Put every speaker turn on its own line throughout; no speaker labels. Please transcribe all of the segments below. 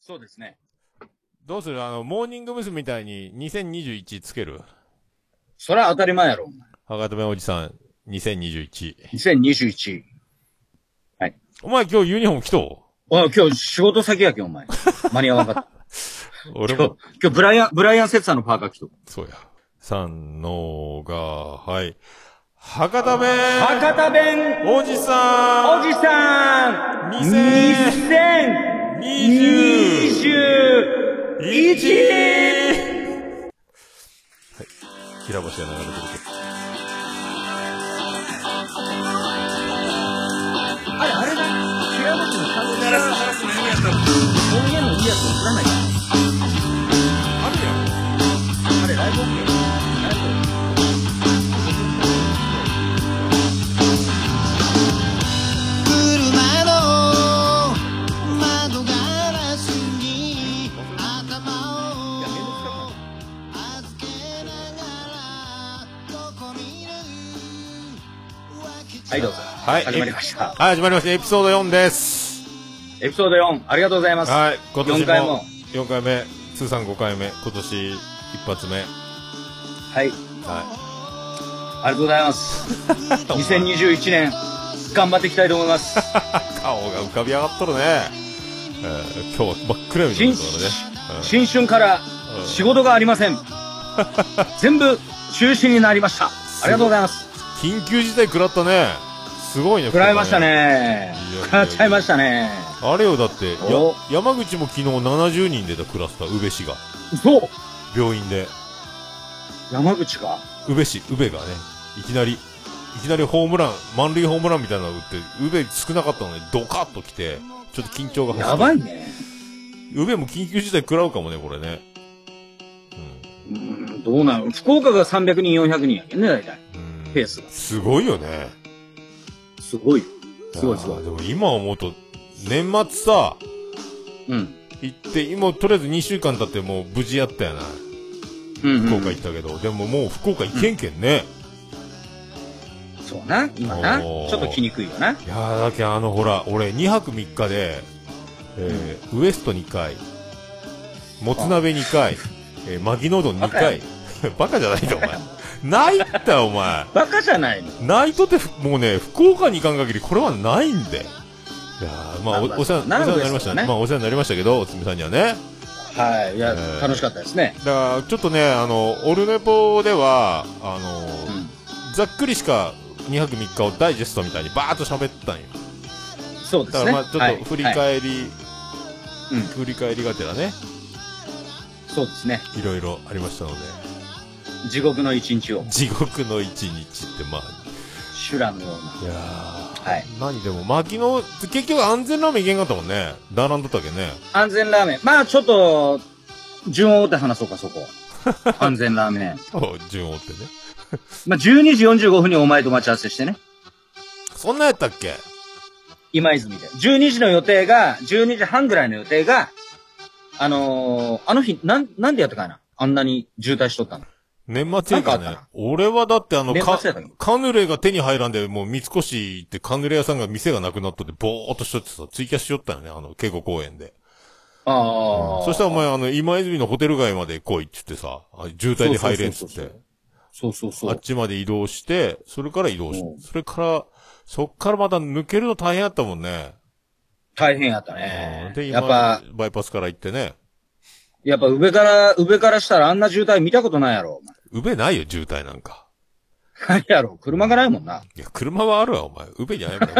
そうですね。
どうするあの、モーニング娘。みたいに2021つける
それは当たり前やろ、お前
博多弁おじさん、2021。
2021。
お前今日ユニフォーム着と
おい今日仕事先やけん、お前。間に合わなかった。
う俺
今日
も、、
今日ブライアン、ブライアン・セッツァーのパーカー着とる。
そうや。三のが、はい。博多弁
博多弁
おじさ
お
ん
じさん
2021
!2021!
平星が流れてる
あれ、あれだ平野市のサンド鳴らす、鳴らす、何やった音源のいいやつ送らないか
あるやん。
あれ、ライブ OK。ライブ OK。
車の窓ガラスに頭を預けながらここにいる
はい、どうぞ。
はい
始まりました。
はい、始まりました。エピソード4です。
エピソード4、ありがとうございます。
はい、今年も
4回も。
4回目、通算5回目、今年一発目。
はい、
は
ありがとうございます。
い。
2021年、頑張っていきたいと思います。
顔が浮かび上がっとるね。えー今日は真っ暗闇
新
のところでね。
新春から
うん
仕事がありませ ん。全部中止になりました。ありがとうございます。
うん緊急事態食らったね。すごいね。
食らいましたね
いやいやいや。
食らっちゃいましたね。
これね。あれよ、だって、や
お
山口も昨日70人出たクラスター、宇部市が。
そう
病院で。
山口か。
宇部市、宇部がね、いきなり、いきなりホームラン、満塁ホームランみたいなの打って、宇部少なかったのにドカッと来て、ちょっと緊張が走った
やばい。ね。
宇部も緊急事態食らうかもね、これね。
うん、どうなの福岡が300人、400人やけんね、大体。
うん。うん
ペースが
すごいよね。
すごいよ。すごいすご
あー
い
で。も今思うと、年末さ、
うん。
行って、今とりあえず2週間経ってもう無事やったやな。
うん、うん。
福岡行ったけど、でももう福岡行けんけんね。
そうな。今な。ち
おー
ょっと来にくいよな。
いやー、だけどあのほら、俺2泊3日で、えーウエスト2回、もつ鍋2回、えー、マギノうどん2回。 バカじゃないぞ、お前。ないったよ、お前。
バカじゃないの。
ないとってふ、もうね、福岡に行かん限り、これはないんで。いやーまあ、お
まあまあ
お世話お世
なる
話
ほど
になりま
で
した
すよ
ね。
ね
まあ、お世話になりましたけど、おつみさんにはね。
はい。いや、
えー
楽しかったですね。
だから、ちょっとね、あの、オルネポでは、あの、
うん。
ざっくりしか2泊3日をダイジェストみたいにバーッと喋ったんよ。
そうで
だ
す
か
ね。
らまあちょ
は
っ
い
と振り
はい
返り、
うん
振り返りがてらね、
そうですね。
いろいろありましたので、
地獄の一日を、
地獄の一日ってまあ、
修羅のような。
いやー、
はい
何でも、巻きの、結局安全ラーメンいけんかったもんね。ダーランだったっけね。
安全ラーメン。まあ、ちょっと、順を追って話そうか、そ こ。安全ラーメン。
そう、順を追ってね。
まあ、12時45分にお前と待ち合わせしてね。
そんなんやったっけ
今泉で。12時の予定が、12時半ぐらいの予定が、あのー、あの日、なん、なんでやったかなあんなに渋滞しとったの。
年末やか
なん
ね
かあっ。
俺はだってあの、
年
か
末やったの
カヌレが手に入らんで、もう三越行ってカヌレ屋さんが店がなくなっとって、ぼーっとしとってさ、ツイキャスしよったよね、あの、稽古公園で。
ああ。
そしたらお前、あの、今泉のホテル街まで来いって言ってさ、あ渋滞で入れんっつっ
そうそうそうそ
て
う。そうそうそ
あっ
う。
ちまで移動して、それから移動し
うん、
それから、そっからまた抜けるの大変やったもんね。
大変やった
うん
ね。
で、今、
やっぱ、
バイパスから行ってね。
やっぱ上から、上からしたらあんな渋滞見たことないやろ、お前。
宇部ないよ、渋滞なんか。
ないやろ、車がないもんな。
いや、車はあるわ、お前。宇部じゃないもん、お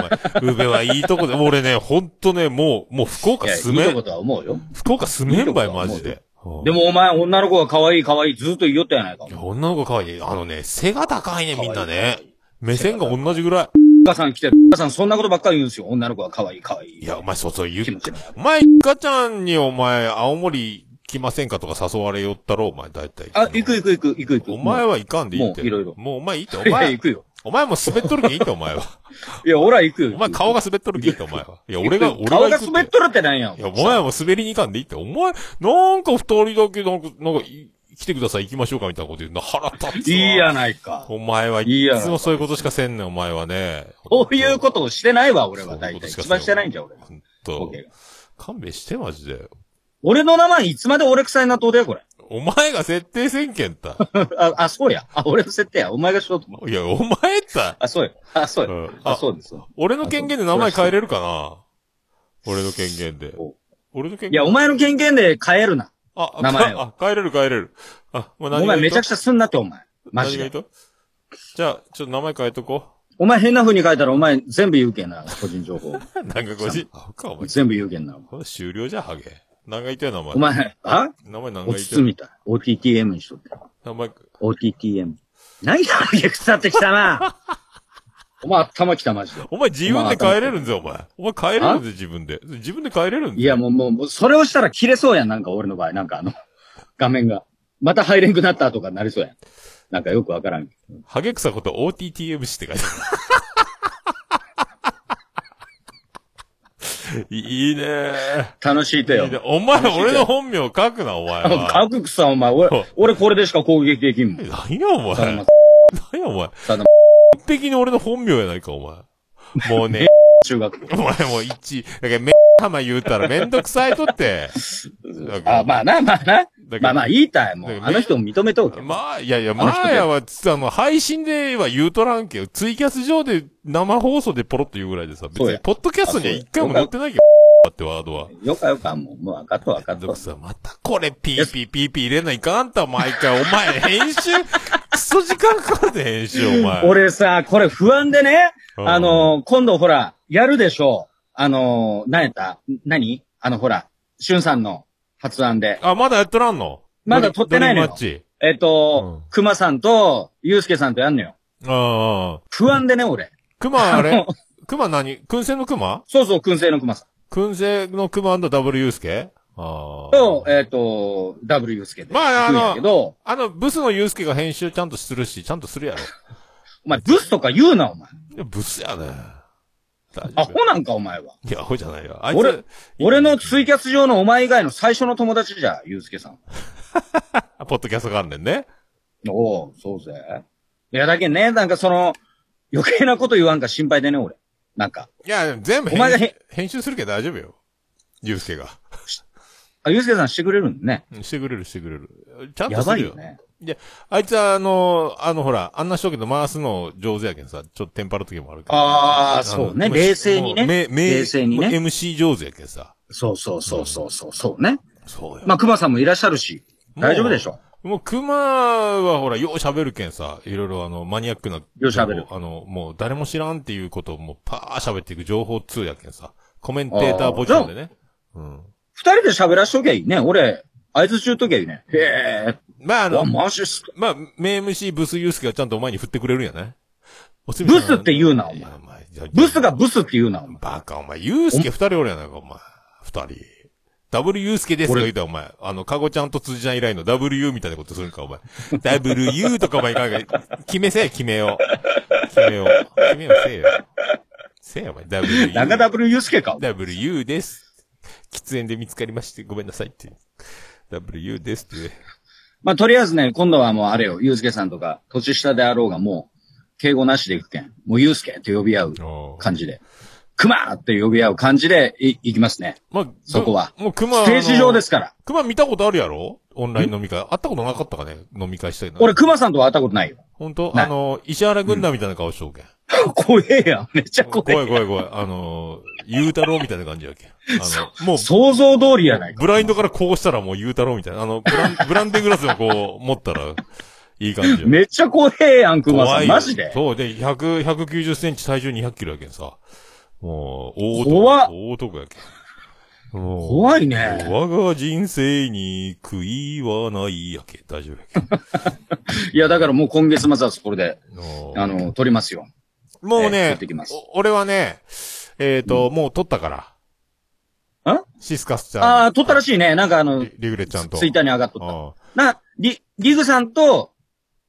前。宇部はいいとこで、もう俺ね、ほんとね、もう、もう福岡
いや、い
住
いとこ
め、
とは思うよ。
福岡住めんば
い
い、
いとこだと思
マ
うよ
ジで。うん
で、もお前、女の子が可愛い可愛いずっと言いよったやないか。お
いや
前
女の子可愛い。あのね、背が高いね、みんなね。目線が同じぐら
お母さん来てる。お母さんそんなことばっかり言うんですよ。女の子は可愛い可愛い。
い。いや、お前、そうそう、言っ
気持ち悪い。
お前、いかちゃんにお前、青森来ませんかとか誘われよったろ、お前、大体。
あ、行く行く行く行く行く。
お前
は、
はいかんでいいって。
もういろいろ
もうお前いいって、お
いや、
前
行。くよ。
お前もう滑っとるけいいって、お前は。
いや、俺は行くよ。
お前顔
が、
が滑っとるけいいって、お前 は。いや、俺が、俺
顔
が
が
行く
滑っとるってなんや。
いや、お前はもう滑りに行かんでいいって。お前、なんか二人だけ、なんか、なんか、い来てください、行きましょうか、みたいなこと言うの腹立つわ。
いいやないか。
お前はい
いや
いつもそういうことしかせんねん、お前はね。
そういうことをしてないわ、俺は
そうい
大
うこと
体。
しか
一番してないんじゃ、俺は。
ほん
ボ
と
ケ。が
勘弁して、マジで。
俺の名前いつまで俺臭い納豆だよ、これ。
お前が設定せんけんた。
あ、あ、そうや。あ、俺の設定や。お前がしようと思う。
いや、お前った。
あ、そうや。あ、そう
う
や。
ん
あ、
あ
そうですよ。
俺の権限で名前変えれるかな俺の権限で
お。
俺の権限
いや、お前の権限で変えるな。
あ、
名前を
あ、変えれる変えれる。あ、もう
お前めちゃく
ちゃ、
ちゃすんなって、お前。マジ
何がいい
で。
とじゃあ、ちょっと名前変えとこ
お前変な風に書いたら、お前全部言うけんな、個人情報。
う。 なんかこじ、あ、か、お前。
全部言うけんな。
これ終了じゃ、ハゲ。何が言ってん名前。
お前、あ
名前何が
お
言
つ
って
つ
ん
みたい。OTTM にしとって。
名前、
OTTM。何や、ハゲ腐ってきたな。 お前頭きた、マジで。
お前自分で変えれるんぜ、お前。お前変えれるんぜ、自分で。自分で変えれるんぜ。
いや、もう、もうもう、それをしたら切れそうやん。なんか俺の場合、なんかあの、 画面が。また入れんくなったとかなりそうやん。なんかよくわからん。
ハゲ草こと OTTM しって書いてある。 いいいね
楽しいと
いい
よ。
ねお前、俺の本名書くな、お前は。
かぐくさん、お前、 俺、俺これでしか攻撃できんもん。
何や、お前。
さだま
何
っ
や、お前。
さだま
完璧に俺の本名やないか、お前。もうね、
中学校。
お前もう一、だからめん浜言うたらめんどくさいとって。だか ら
あ、まあな、まあな。
だ
まあまあ、言いたい、も
だ
う
け。ど
あの人も認めとうけど。
まあ、いやいや、
あの人
まあやは、つあの、配信では言うとらんけど、ツイキャス上で生放送でポロッと言うぐらいでさ、別
そう
に
や、
ポッドキャストには一回も載ってないけど、ってワードは。
よかよか、もう、もう分かった分か
めん
っ
どく
た。
さ、またこれ、ピーピーピーピー入れないかんあんた、毎回。お前、編集、クソ時間かかるで、編集、お前。
俺さ、これ不安でね、
うん
あの、今度ほら、やるでしょう。あの、何やった何あの、ほら、しゅんさんの発案で。
あ、まだやっとらんの
まだ撮ってないのよ
ドリームマッチ。
えっと
うん、
くまさんと、ゆうすけさんとやんのよ。
ああ。
不安でね、俺。
熊、あ
あ
れ
の
熊何燻製の熊
そうそう、燻製のくまさん。
燻製の熊ダブルユースケああ。
と、えっと、ダブルゆうすけで。
まああ
行
の
くんやけど、
あの、ブスのユースケが編集ちゃんとするし、ちゃんとするやろ。い
お前、ブスとか言うな、お前。
や、ブスやね。大丈
ア
夫
ホなんか、お前は。
いや、アホじゃないよ。あいつ、
俺俺のツイキャス上のお前以外の最初の友達じゃ、ゆうすけさん。
あポッドキャストがあんねんね。
おおそうぜ。いや、だけどね、なんかその、余計なこと言わんか心配でね、俺。なんか。
いや、全部
お前が
編集
へ
編集するけど大丈夫よ。ユースケが。
あ、ゆうすけさんしてくれるんね。
うんしてくれる、してくれる。ちゃんと
や
す
ば
る
い
よ。
よね。
あいつは、あの、あの、ほら、あんなしょけど回すの上手やけんさ、ちょっとテンパる時もあるけど。
あーそうね
の
冷静にね
もうめめ
冷静にね
MC 上手やけんさ。
そうそうそうそうそうそうね。
そうよ。
まあ、熊さんもいらっしゃるし、
もう
大丈夫でしょ。
もう、熊はほら、よう喋るけんさ、いろいろあの、マニアックな。よ
う喋る
あの、もう、誰も知らんっていうことをもう、パー喋っていく情報通やけんさ。コメンテーターポジションでね。うん。
二人で喋らしときゃいいね。俺、合図中ときゃいいね。へ
まあ、あ
え。わ、
の、
マジっすか。
まあ、名 MC ブスユースケがちゃんとお前に振ってくれるんやね。おつみさん
ブスって言うな、お
い
前。
やお前じゃあ
ブスがブスって言うな、お前。
バカ、お前、ユースケ二人おるやないか、お前。二人。ダブルユースケですとか言うたら、お前。あの、カゴちゃんと辻ちゃん以来の W みたいなことするんか、お前。W とかお前いかんが、決めせえ、決めよう。決めよう。決めよう、せえよ。せえよ、お前。W。
中ダブルユースケか。
W です。喫煙で見つかりまして、ごめんなさいって。W ですって。
まあ、とりあえずね、今度はもうあれよ、ゆうすけさんとか、年下であろうがもう、敬語なしで行くけん。もうゆうすけって呼び合う
おー
感じで。くまって呼び合う感じでい、いきますね。
まあ、
そこは
もう
ス
熊。
テージ上ですすから。
熊見たことあるやろオンライン飲み会。会ったことなかったかね飲み会したいな。
俺、くまさんとは会ったことないよ。
本当
ない
あの、石原軍団みたいな顔しとうけん。
怖えやん。めっちゃ怖え。
怖い怖い怖い。あのー、ゆうたろうみたいな感じやけん。あの、もう、
想像通りやないか。
ブラインドからこうしたらもうゆうたろうみたいな。あの、ブラン、 ブランデングラスをこう、持ったら、いい感じよ。
めっちゃ怖えやん、くま
怖
さ
い
ん。
よ
マジで。
そう、で、100、190センチ、体重200キロやけんさ。もう、大男。
怖っ
大男やけん。もう
怖いね。
我が人生に悔いはないやけ。大丈夫やけん。
いや、だからもう今月末はこれで、
もう
あの、撮りますよ。
もう
えー撮
ね
ってきます、
お俺はね、えっと、もう撮ったから。
ん
シスカスちゃん。
ああ、撮ったらしいね。なんかあの
リ、リグレちゃんと。
ツイッターに上がっとった。
ああ
な、リ、リグさんと、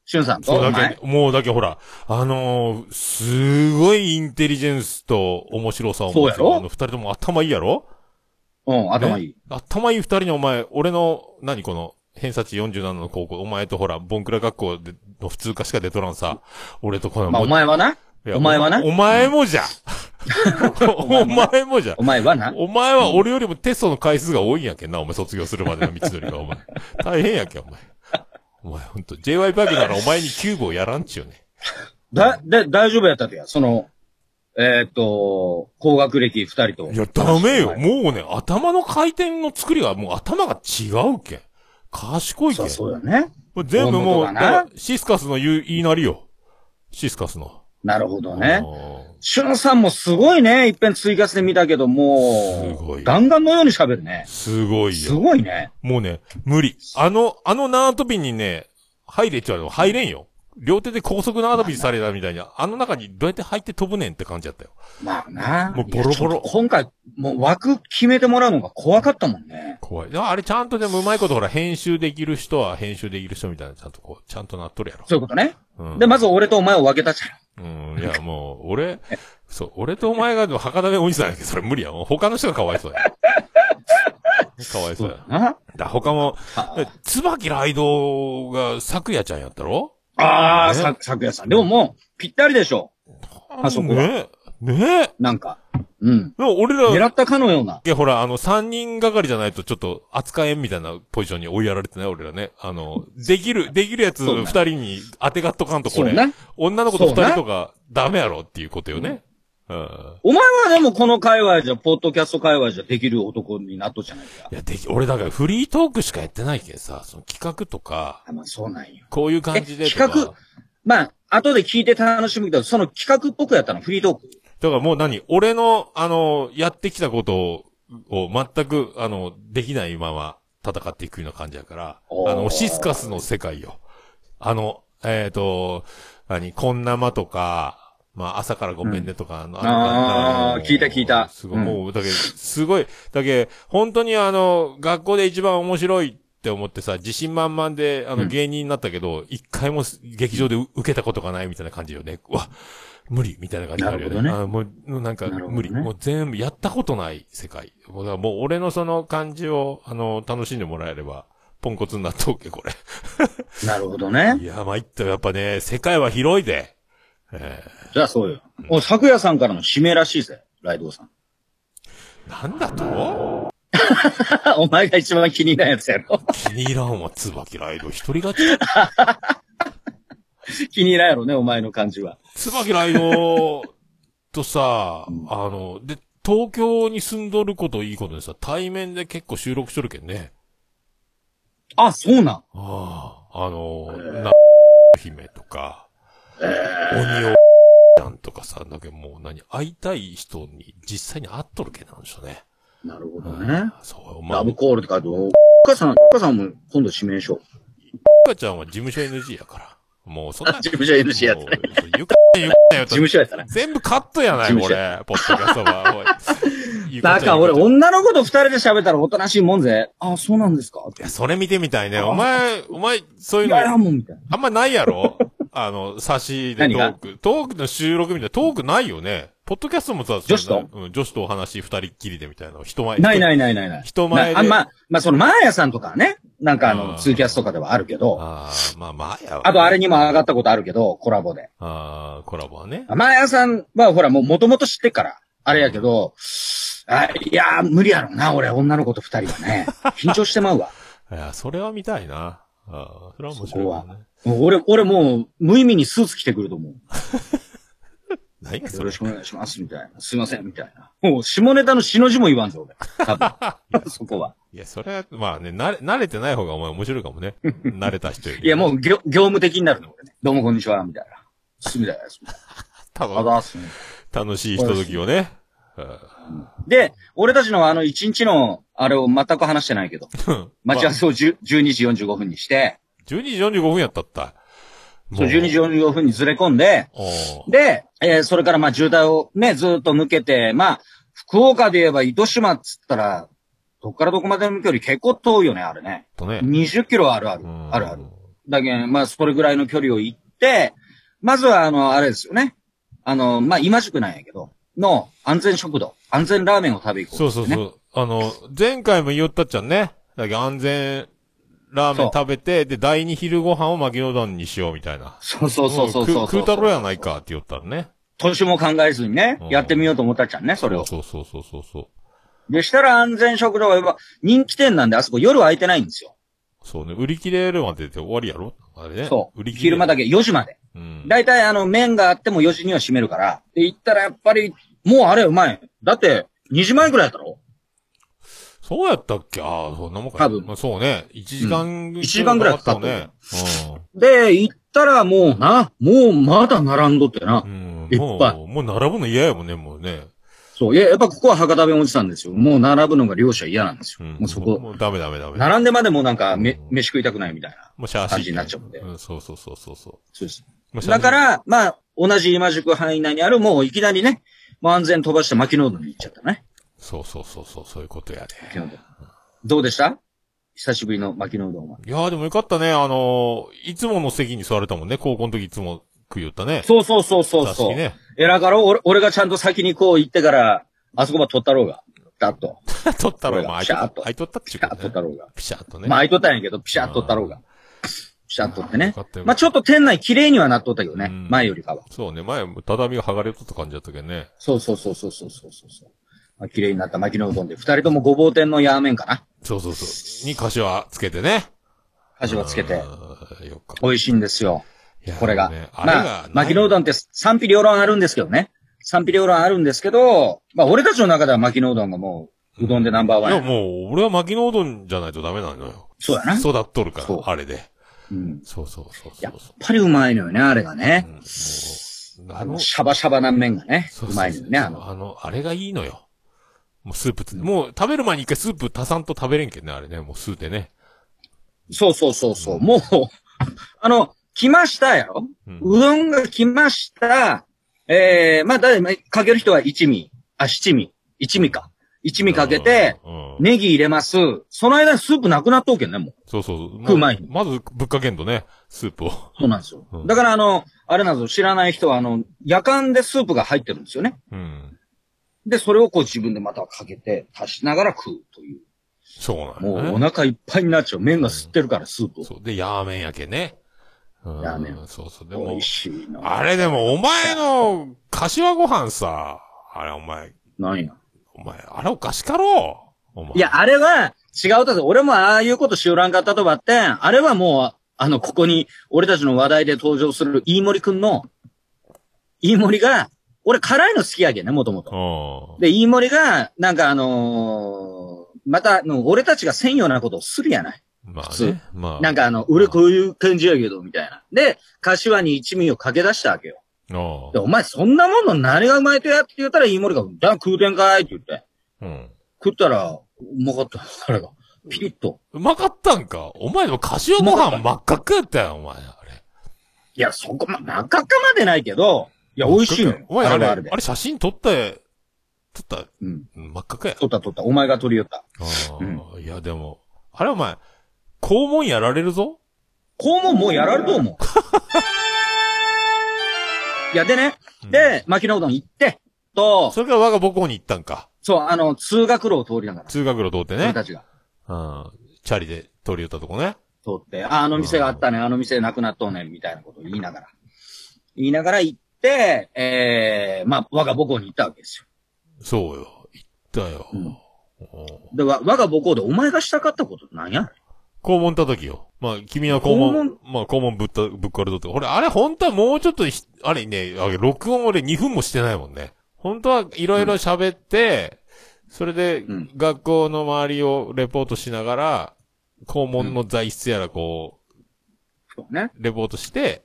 しゅんさんと、
そう
お
だ
前
け、もうだけほら、あのー、すごいインテリジェンスと面白さを
そう
持
や
つ。
ろ
あの二人とも頭いいやろ
うん、頭いい
ね。頭いい二人にお前、俺の、何この、偏差値47の高校、お前とほら、ボンクラ学校での普通科しか出とらんさ、俺とこの、
まあ、
も
お
う
前はな。
いや
お前はな
おお前もじゃ、お前もじゃん
お。前はな。
お前は俺よりもテストの回数が多いんやけんな、お前卒業するまでの道のりが、お前。大変やけん、お前。お前ほんと、JY パークならお前にキューブをやらんちゅうね。
だ、で、大丈夫やったとや。その、えーっと、高学歴二人と。
いや、ダメよ。
はい
もうね、頭の回転の作りが、もう頭が違うけん。賢いけ
そ
ん
う。そうだね。
もう全部もう、
大元が
だ
な
からシスカスの言う言いなりよ。シスカスの。
なるほど
あ
ね。
ー
シュンさんもすごいね。いっぺん追加して見たけど、も、
すごいう
弾丸のように喋るね。
すごい
す
よ。
ごいね。
もうね、無理。あの、あの縄跳びにね、入れちゃうの入れんよ。両手で高速縄跳びされたみたいに、あの中にどうやって入って飛ぶねんって感じだったよ。
まあな。
もうボロボロ
いやちょっと今回、もう枠決めてもらうのが怖かったもんね。
怖い。いやあれちゃんとでもうまいことほら、編集できる人は編集できる人みたいな、ちゃんとこう、ちゃんとなっとるやろ。
そういうことね。
うん、
で、まず俺とお前を分けたじゃん。
うん、いや、もう、俺、そう、俺とお前が博多でおじさんやけど、それ無理や。もう他の人がかわいそうや。かわいそうや。
あ
だ、他も、
あ
え椿ライドが昨夜ちゃんやったろ
あー、
ね
さ、昨夜さん。でももう、ぴったりでしょ。あそこは
ねえ。ねえ。
なんか。うん。
でも俺
狙
ら、
ったかのような。
いやほら、あの、三人がかりじゃないとちょっと扱えんみたいなポジションに追いやられてない、俺らね。あの、できる、できるやつ
そう
二
ね
人に当てがっとかんとこ
そう
れ。
ね。
女の子と二
そう
人
ね
とかダメやろっていうことよね。うん。
お前はでもこの界隈じゃ、ポッドキャスト界隈じゃできる男になっとじゃないか
い。や、でき、俺だからフリートークしかやってないけどさ、その企画とか、
あまあそうなんよ。
こういう感じで
え
とか。
企画まあ、後で聞いて楽しむけど、その企画っぽくやったの、フリートーク。
だからもう何俺の、あの、やってきたことを、を全く、あの、できないまま戦っていくような感じやから、
おー
あの、シスカスの世界よ。あの、えっ、と、何、こんなまとか、まあ、朝からごめんねとか、あの、
あー
の
聞いた聞いた
すごい、
うん
もう、だけどすごい、だけど本当にあの、学校で一番面白いって思ってさ、自信満々で、あ
う
の、
ん
芸人になったけど、一回も劇場で受けたことがないみたいな感じよね。うわ、無理みたいな感じになるよね。
なるほ
あもう、なんか、
なるほどね
無理。もう全部やったことない世界。もうだからもう俺のその感じを、あの、楽しんでもらえれば、ポンコツになっとうけ、これ。
なるほどね。
いや、まいったよやっぱね、世界は広いで。え
じゃあそうよ。お、昨夜さんからの指名らしいぜ、ライドウさん。
ー、なんだと
お前が一番気に入らんやつやろ。
気に入らんわ、椿ライド。一人勝ち。
気に入らんやろね、お前の感じは。
椿ライドとさ、あ
うん
の、で、東京に住んどることいいことでさ、対面で結構収録しとるけんね。
あ、そうなん。
ああ、あの、
え
な、姫とか、
えー
鬼を、ちゃんとかさ、だけどもう何、会いたい人に実際に会っとるけなんでしょうね。
なるほどね。
そう、お前、
ラ
お
ブ
っ
コールって書いて、おっかさん、おっかさんも今度指名しよう。
かちゃんは事務所 NG やから。もうそんな。
事務所 NG やつ
も
ね
うゆかちゃんゆかちゃんやっ
事
た
務所やったね。
全部カットやない、
事
こ
務所
れ。ポッドキャス トは。おい
だから俺、、
ゆちゃんゆちゃんい
女の子と二人で喋ったらおとなしいもんぜ。あ、そうなんですか
や、それ見てみたいね。お前、お前、そうい
いうやいや、
の、
もうみたいな。
あんまないや ろあの、差しでト
何
ー
が
ク。トークの収録みたいな、トークないよね。ポッドキャストもさ、
女子と
そんなうん、女子とお話二人っきりでみたいな。人前。
ない
い。
ないないないない。
人前で
なあまあ、まあその、マーヤさんとかはね、なんかあ
あー
の、ツーキャスとかではあるけど、
ああ、まあまあやわ
あとあれにも上がったことあるけど、コラボで。
ああ、コラボはね。
マーヤさんはほら、もう元々知ってっから、あれやけど、あいやー、無理やろうな、俺、女の子と二人は ね。緊張してまうわ。
いや、それは見たいな。ああ、それは面白いわね。
もう俺、俺もう、無意味にスーツ着てくると思う。
何がそ
よ
れ
ろしくお願いします、みたいな。すいません、みたいな。もう、下ネタの死の字も言わんぞ、俺。多 分そこは。
いや、それは、まあね、慣れ、慣れてない方がお前面白いかもね。慣れた人より。
いや、も
う。
う業、業務的になるの、俺ね。どうも、こんにちは、みたいな。すみだよ、みたい
多
なあ
分、
ざっすね。
楽しいひとときをね。うん
で、俺たちのあの、一日の、あれを全く話してないけど、待ち合わ。せを10 12時45分にして、
まあ12時45分やったった。
そう、12時
45
45分にずれ込んで、
分。
で、えーそれからまあ、渋滞をね、ずーっと抜けて、まあ、福岡で言えば糸島っつったら、どっからどこまでの距離結構遠いよね、あれね。
とね。
20キロあるある
う。ん
あるある。。だけど、まあ、それぐらいの距離を行って、まずは、あの、あれですよね。あの、まあ、今宿なんやけど、の安全食堂、安全ラーメンを食べ行こう、。
そうそうそうう。あの、前回も言おったっちゃんね。だけど安全ラーメン食べて、で、第二昼ご飯を巻きうどんにしようみたいな。
そうそうそうそうそう
食うたろやないかって言ったらね。
年も考えずにね
うん、
やってみようと思ったじゃんね、それを。
そうそうそうそうそう。
でしたら安全食堂はやっぱ人気店なんで、あそこ夜空いてないんですよ。
そうね。売り切れるまでで終わりやろあれね。
そう。
売り切れ。
昼間だ
け。
け4時まで。
うん。
だいたいあの麺があっても4時には閉めるから。で、行ったらやっぱり、もうあれうまい。だって、2時前ぐらいだろ
そうやったっけああ、そんなもんか。
多分
まあ、そうね。1時間、一
一時間ぐらいかかったと思
ね
う。
う
で、行ったらもうな、もうまだ並んどってな。
ん。う
い
ん。
っ
も、
ぱいう
もう並ぶの嫌やもんね、もうね。
そう。いや、やっぱここは博多弁おじさんですよ。もう並ぶのが両者嫌なんです
う
よ。
ん。
もうそこ、
もうダメダメダメ。
並んでまでもうなんか、め
う、ん
飯食いたくないみたいな
もうシャーシー
感じになっちゃうんで。
うん、そうそうそうそうそ
そうです。
う。もうシャーシ
だ
ー
か、ら、まあ、同じ今宿範囲内にある、もういきなりね、もう安全飛ばして牧濃度に行っちゃったね。
そうそうそうそう、そういうことやで。
牧濃度。どうでした久しぶりの牧濃丼は。
いやーでもよかったね。あのー、いつもの席に座れたもんね。高校の時いつも食いよったね。
そうそうそうそう
座
そう。
敷ね。
偉かろう俺俺がちゃんと先にこう行ってから、あそこば取ったろうが。だっと。
取った
こ
ろ、
れが
まあ、
ピシャーっと
空いとったっち
ピ
ゅう
シャ
こ
ッと取っ
とね
た。ろうが。
ピシャーっとね。
まあ、空
あ、
いとったんやけど、ピシャッと取ったろうが。ピシャッと取って
よ
ね
か。ったよかった
まあ、ちょっと店内綺麗にはなっとったけどね。
うん
前よりかは。
そうね。前、畳が剥がれとった感じだったけどね。
そうそうそうそうそうそうそう。まあ、綺麗になった牧野うどんで、二人ともごぼう天のヤーメンかな。
そうそうそう。に柏つけてね。
柏つけて。
うん。よかっ
美味しいんですよ。
たいや。
これが。
ねあれ
まあ
が、、
牧野う
だ。
どんって賛否両論あるんですけどね。賛否両論あるんですけど、まあ、俺たちの中では牧野うどんがもう、うどんでナンバー
い
ワン
や、
や。
もう、俺は薪のうどんじゃないとダメなのよ。
そうやな。
育っとるか
そう
ら、あれで。
うん。やっ
そうそうそうそ
や
うそう。
ぱりうまいのよね、あれがね
う。んもう
あの、シャバシャバな麺がね、
そうそそ
まいのよね、あの。
あの、あれがいいのよ。もうスープつ、もう食べる前に一回スープ足さんと食べれんけんね、あれね。もう吸うてね。
そうそうそうそう。もう、 あの、来ましたやろ
うん。
うどんが来ました。ええまあ、誰も、かける人は一味、あ、七味、一味か。一味かけて、
うん、
ネギ入れます。その間にスープなくなっとうけんね、もう。
そうそう。
食う前に
まず、まずぶっかけんとね、スープを。
そうなんですよ
う。ん
だから、あの、あれなんですよ。知らない人は、あの、夜間でスープが入ってるんですよね。
うん。
で、それをこう自分でまたかけて、足しながら食うという。
そうなん
も
よね。
うお腹いっぱいになっちゃう。麺が吸ってるから、スープを。
そう。で、ヤーメンやけね。うん
ヤーメン
そうそう。で
美
も
味、しいな。
あれでも、お前の、柏ご飯さ、あれお前、
なんや。
お前、あれおかしかろお前。
いや、、あれは違うだぞ。俺もああいうことしよらんかったとばってん、あれはもう、あの、ここに、俺たちの話題で登場する飯森くんの、飯森が、俺辛いの好きやけんね、もとも
う
と。
ん。
で、飯森が、なんかあのーまた、あの俺たちがせんようなことをするやない。
ま
普
あ
通
ね。まあ。
なんかあの、俺こういう感じやけど、みたいな。で、柏に一味を駆け出したわけよ。
うん
で、お前そんなもんの何がうまいとやって言ったら飯森が、だ食うてんかいって言って。
うん。
食ったら、うまかった、あれが。ピリッと。
うまかったんかお前でも柏ご飯真っ赤っかやったやん、お前。あれ。
いや、そこま、中かまでないけど、いや、美味しいのよ。
お前あれ、
は
あ
あれ
れ
で。
写真撮って、撮った、
うん。
真っ赤っかや。
取った取った。お前が取り寄った。
ああいや、でも、あれお前、肛門やられるぞ
肛門もうやられると 思う。いや、でね、
うん
で、牧野うどん行って、と、
それから我が母校に行ったんか。
そう、あの、通学路を通りながら、
通学路通って
俺
ね。
たちが
うん。チャリで通り寄ったとこね。
通って、あ、あの店があったね、あの店なくなっとうね、みたいなことを言いながら。言いながら行って、ええまあ、我が母校に行ったわけですよ。
そうよ。行ったよ。
うん
うん
で、わ我が母校でお前がしたかったことなんや
肛門叩きよ。まあ、君は肛門、まあ、肛門ぶった、ぶっ壊れとって。俺、あれ、本当はもうちょっとひ、あれね、あれ、録音俺2分もしてないもんね。本当はいろいろ喋って、それで
うん、
学校の周りをレポートしながら、肛門の材質やらこ
そうね。
う、レポートして、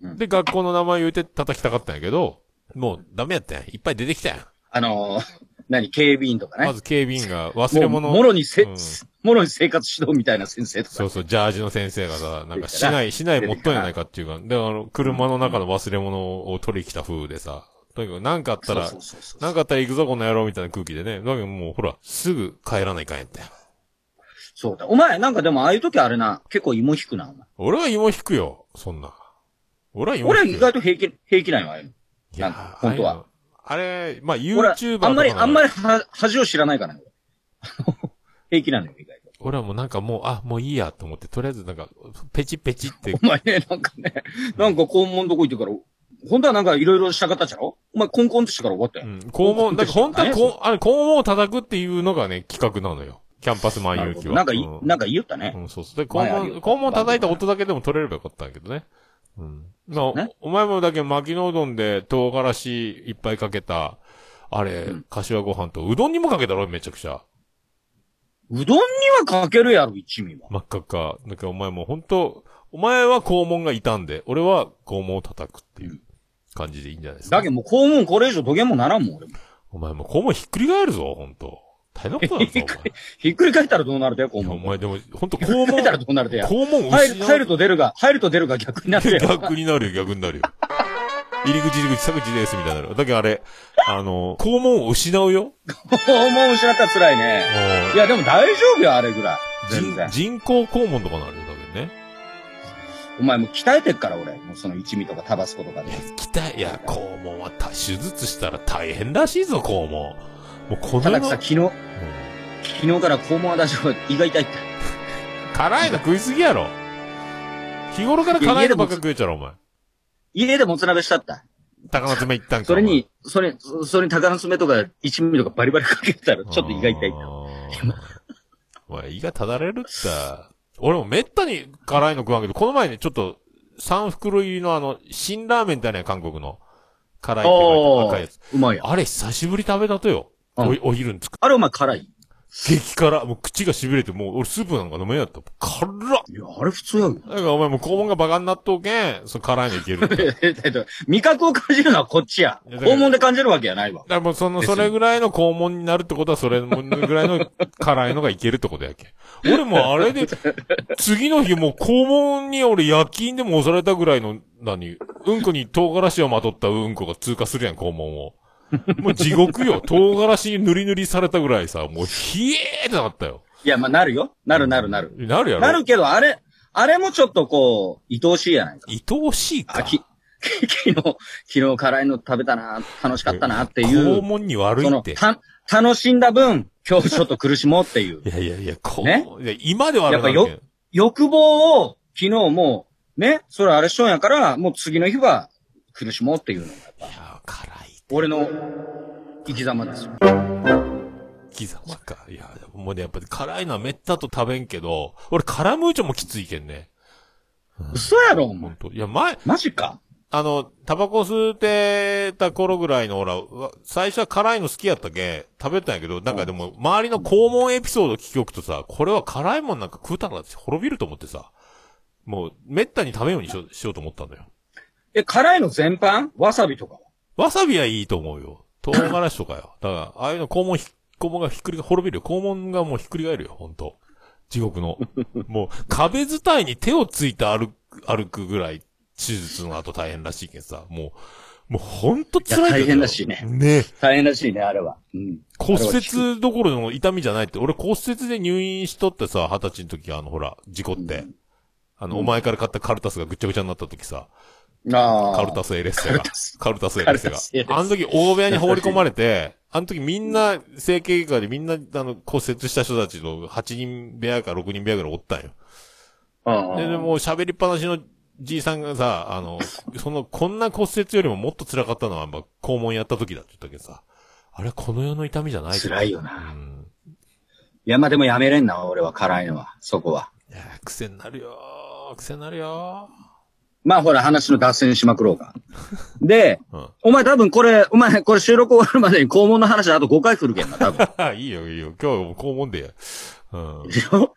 うん
で、学校の名前言うて叩きたかったんやけど、もうダメやったやん。いっぱい出てきたやん。
あのー、何、警備員とかね。
まず警備員が忘
も
れ
う
物を
もろにせ、
うん
もろに生活指導みたいな先生とか。
そうそう、ジャージの先生がさ、なんか、市内、市内持っとんやないかっていうか、で、あの、車の中の忘れ物を取りに来た風でさ、とにかく、なんかあったら
そ、うそうそうそう
なんかあったら行くぞ、この野郎みたいな空気でね。だけどもう、ほら、すぐ帰らないかんやったよ。
そうだ。お前、なんかでもああいう時あれな、結構芋引くな、お前。
俺は芋引くよ、そんな。俺は芋
俺は
引
意
くよ。
外と平気、平気なんよ、ああいうの。
い
なんか本当は。
あれ、まあ、
俺
YouTuber と
あ
か
んまり、あんま
り。
りは、恥を知らない からね。俺平気なのよ、意外と。
俺はもうなんかもう、あ、もういい やと思って、とりあえずなんか、ペチペチって
お前ね、なんかね、なんか肛門どこ行ってから、本当はなんかいろいろしたかったじゃろお前コンコンってしてから終わった
う
よ。
ん。肛門、だから本当はこう、あの、肛門を叩くっていうのがね、企画なのよ。キャンパス万
な
有
るほ
機
ど
は。
なんかい、
う
なんか言ったね。
うん、そうそう。で、肛
前ある
門、
よ
肛門叩いた音だけでも取れればよかったんだけどね。うん。まあ、
ね
お前もだけど薪のうどんで唐辛子いっぱいかけた、あれ、
うん
柏ご飯と、うどんにもかけたろ、めちゃくちゃ。
うどんにはかけるやろ、一味は。
真っ赤っか。だからお前もう本当お前は肛門が傷んで、俺は肛門を叩くっていう感じでいいんじゃないですか。
だけどもう肛門これ以上どげんもならんもん、俺も。
お前もう肛門ひっくり返るぞ、本当大変な ことなんだぞ、
ひっくり返ったらどうなるだよ、
お
肛
前。
門。
お前でも、本当
ひっくり
肛
返
門
っ、たらどうなるだよ。
肛門
入
失
る、入ると出るが、入ると出るが逆になってよ。
逆になるよ、逆になるよ。入り口入り口、作地です、みたいになる。だけどあれ、あの、肛門を失うよ。
肛門失ったら辛いね。いや、でも大丈夫よ、あれぐらい。全
人
然。
人工肛門とかなるよ、だけどね。
お前もう鍛えてっから、俺。もうその一味とかタバスコとかで。
鍛え、いや、肛門はた手術したら大変らしいぞ、肛門。もうこの
ただ
世
さ、
の、
昨日、
うん
昨日から肛門は大丈夫。胃が痛いって。
辛いの食いすぎやろ。日頃から辛いのばっか
いや家でも
食えちゃう、お前。
家でもつ鍋したった。
高松目行ったんか。
それに、それ、それに鷹の爪とか一味とかバリバリかけてたら、
お前、
ちょっと胃が痛いって。
あー。お前、胃がただれるった。俺もめったに辛いの食わんけど、この前ね、ちょっと、3袋入りのあの、辛ラーメンってあるやん、韓国の。辛いって書いてある赤いやつ。
うまいやん。
あれ、久しぶりに食べたとよ。
うん
おお昼に作っ
あれお前辛い。
激辛。もう口が痺れて、もう俺スープなんか飲めんやった。辛っ
いや、あれ普通やん。
だからお前もう肛門がバカになっとうけん、その辛いのいけるって。だか
えっと味覚を感じるのはこっちや。
いやだから
肛門で感じるわけやないわ。
らもうその、
ですよ
それぐらいの肛門になるってことは、それぐらいの辛いのがいけるってことやけん。俺もあ れで、次の日もう肛門に俺夜勤でも押されたぐらいの、何、うんこに唐辛子をまとったうんこが通過するやん、肛門を。もう地獄 よ。唐辛子に塗り塗りされたぐらいさ、もうひえーってなったよ。
いや、まあ、なるよ。なるなるなる。
なるやろ。
なるけど、あれ、あれもちょっとこう、愛おしいやないか。
愛おしいか。
あ、き、昨日、昨日辛いの食べたな、楽しかったなってい
肛
う、
門に悪
そ
い
の、
って。
た、楽しんだ分、今日ちょっと苦しもうっていう
い。やいやいや、こう、
ね
いや今ではある
やっぱ 欲望を、昨日もう、ね、それあれしょんやから、もう次の日は苦しもうっていうのが、
いや、辛い。
俺の生き様ですよ。
生き様か。いや、もうね、やっぱり辛いのはめったと食べんけど、俺、カラムーチョもきついけんね。
嘘やろ、お
ほん
前。
と。いや、前、
マジか。
あの、タバコ吸うてた頃ぐらいの、ほら、わ最初は辛いの好きやったけん、食べたんやけど、なんかでも、周りの肛門エピソード聞きよくとさ、これは辛いもんなんか食うたら滅びると思ってさ、もう、めったに食べんようにしようしようと思ったんだよ。
え、辛いの全般わさびとかは
わさびはいいと思うよ。唐辛子とかよ。だ から、ああいうの肛門ひ、肛門がひっくりが滅びるよ。肛門がもうひっくり返るよ、ほんと。地獄の。もう、壁伝いに手をついて歩く、歩くぐらい、手術の後大変らしいけんさ。もう、もうほんと辛いけど
いや大変らしいね
ね
大変らしいね、あれは。うん。
骨折どころの痛みじゃないって。俺骨折で入院しとってさ、二十歳の時、あの、ほら、事故って。あの、お前から買ったカルタスがぐっちゃぐちゃになった時さ。
ああ。
カルタスエレッ
カ
セ
ル
が
タス。
カルタスエレッセ
カルタスエレッセ
が。あの時、大部屋に放り込まれて、あの時みんな、整形外科でみんな、あの、骨折した人たちの8人部屋か6人部屋ぐらいおったんよ。
うんうん
で、でもう喋りっぱなしのじいさんがさ、あの、その、こんな骨折よりももっと辛かったのは、まあ、肛門やった時だって言ったけどさ、あれはこの世の痛みじゃない
辛いよ
う
な。
ん。
いや、まあでもやめれんな、俺は辛いのは、そこは。
いやー、癖になるよー。癖になるよ
まあほら、話の脱線しまくろうか。で、
ー。うん。
お前多分これ、お前これ収録終わるまでに肛門の話あと5回来るけんな、多分。
いいよ、いいよ。今日はもう肛門でや。うん。
でしょ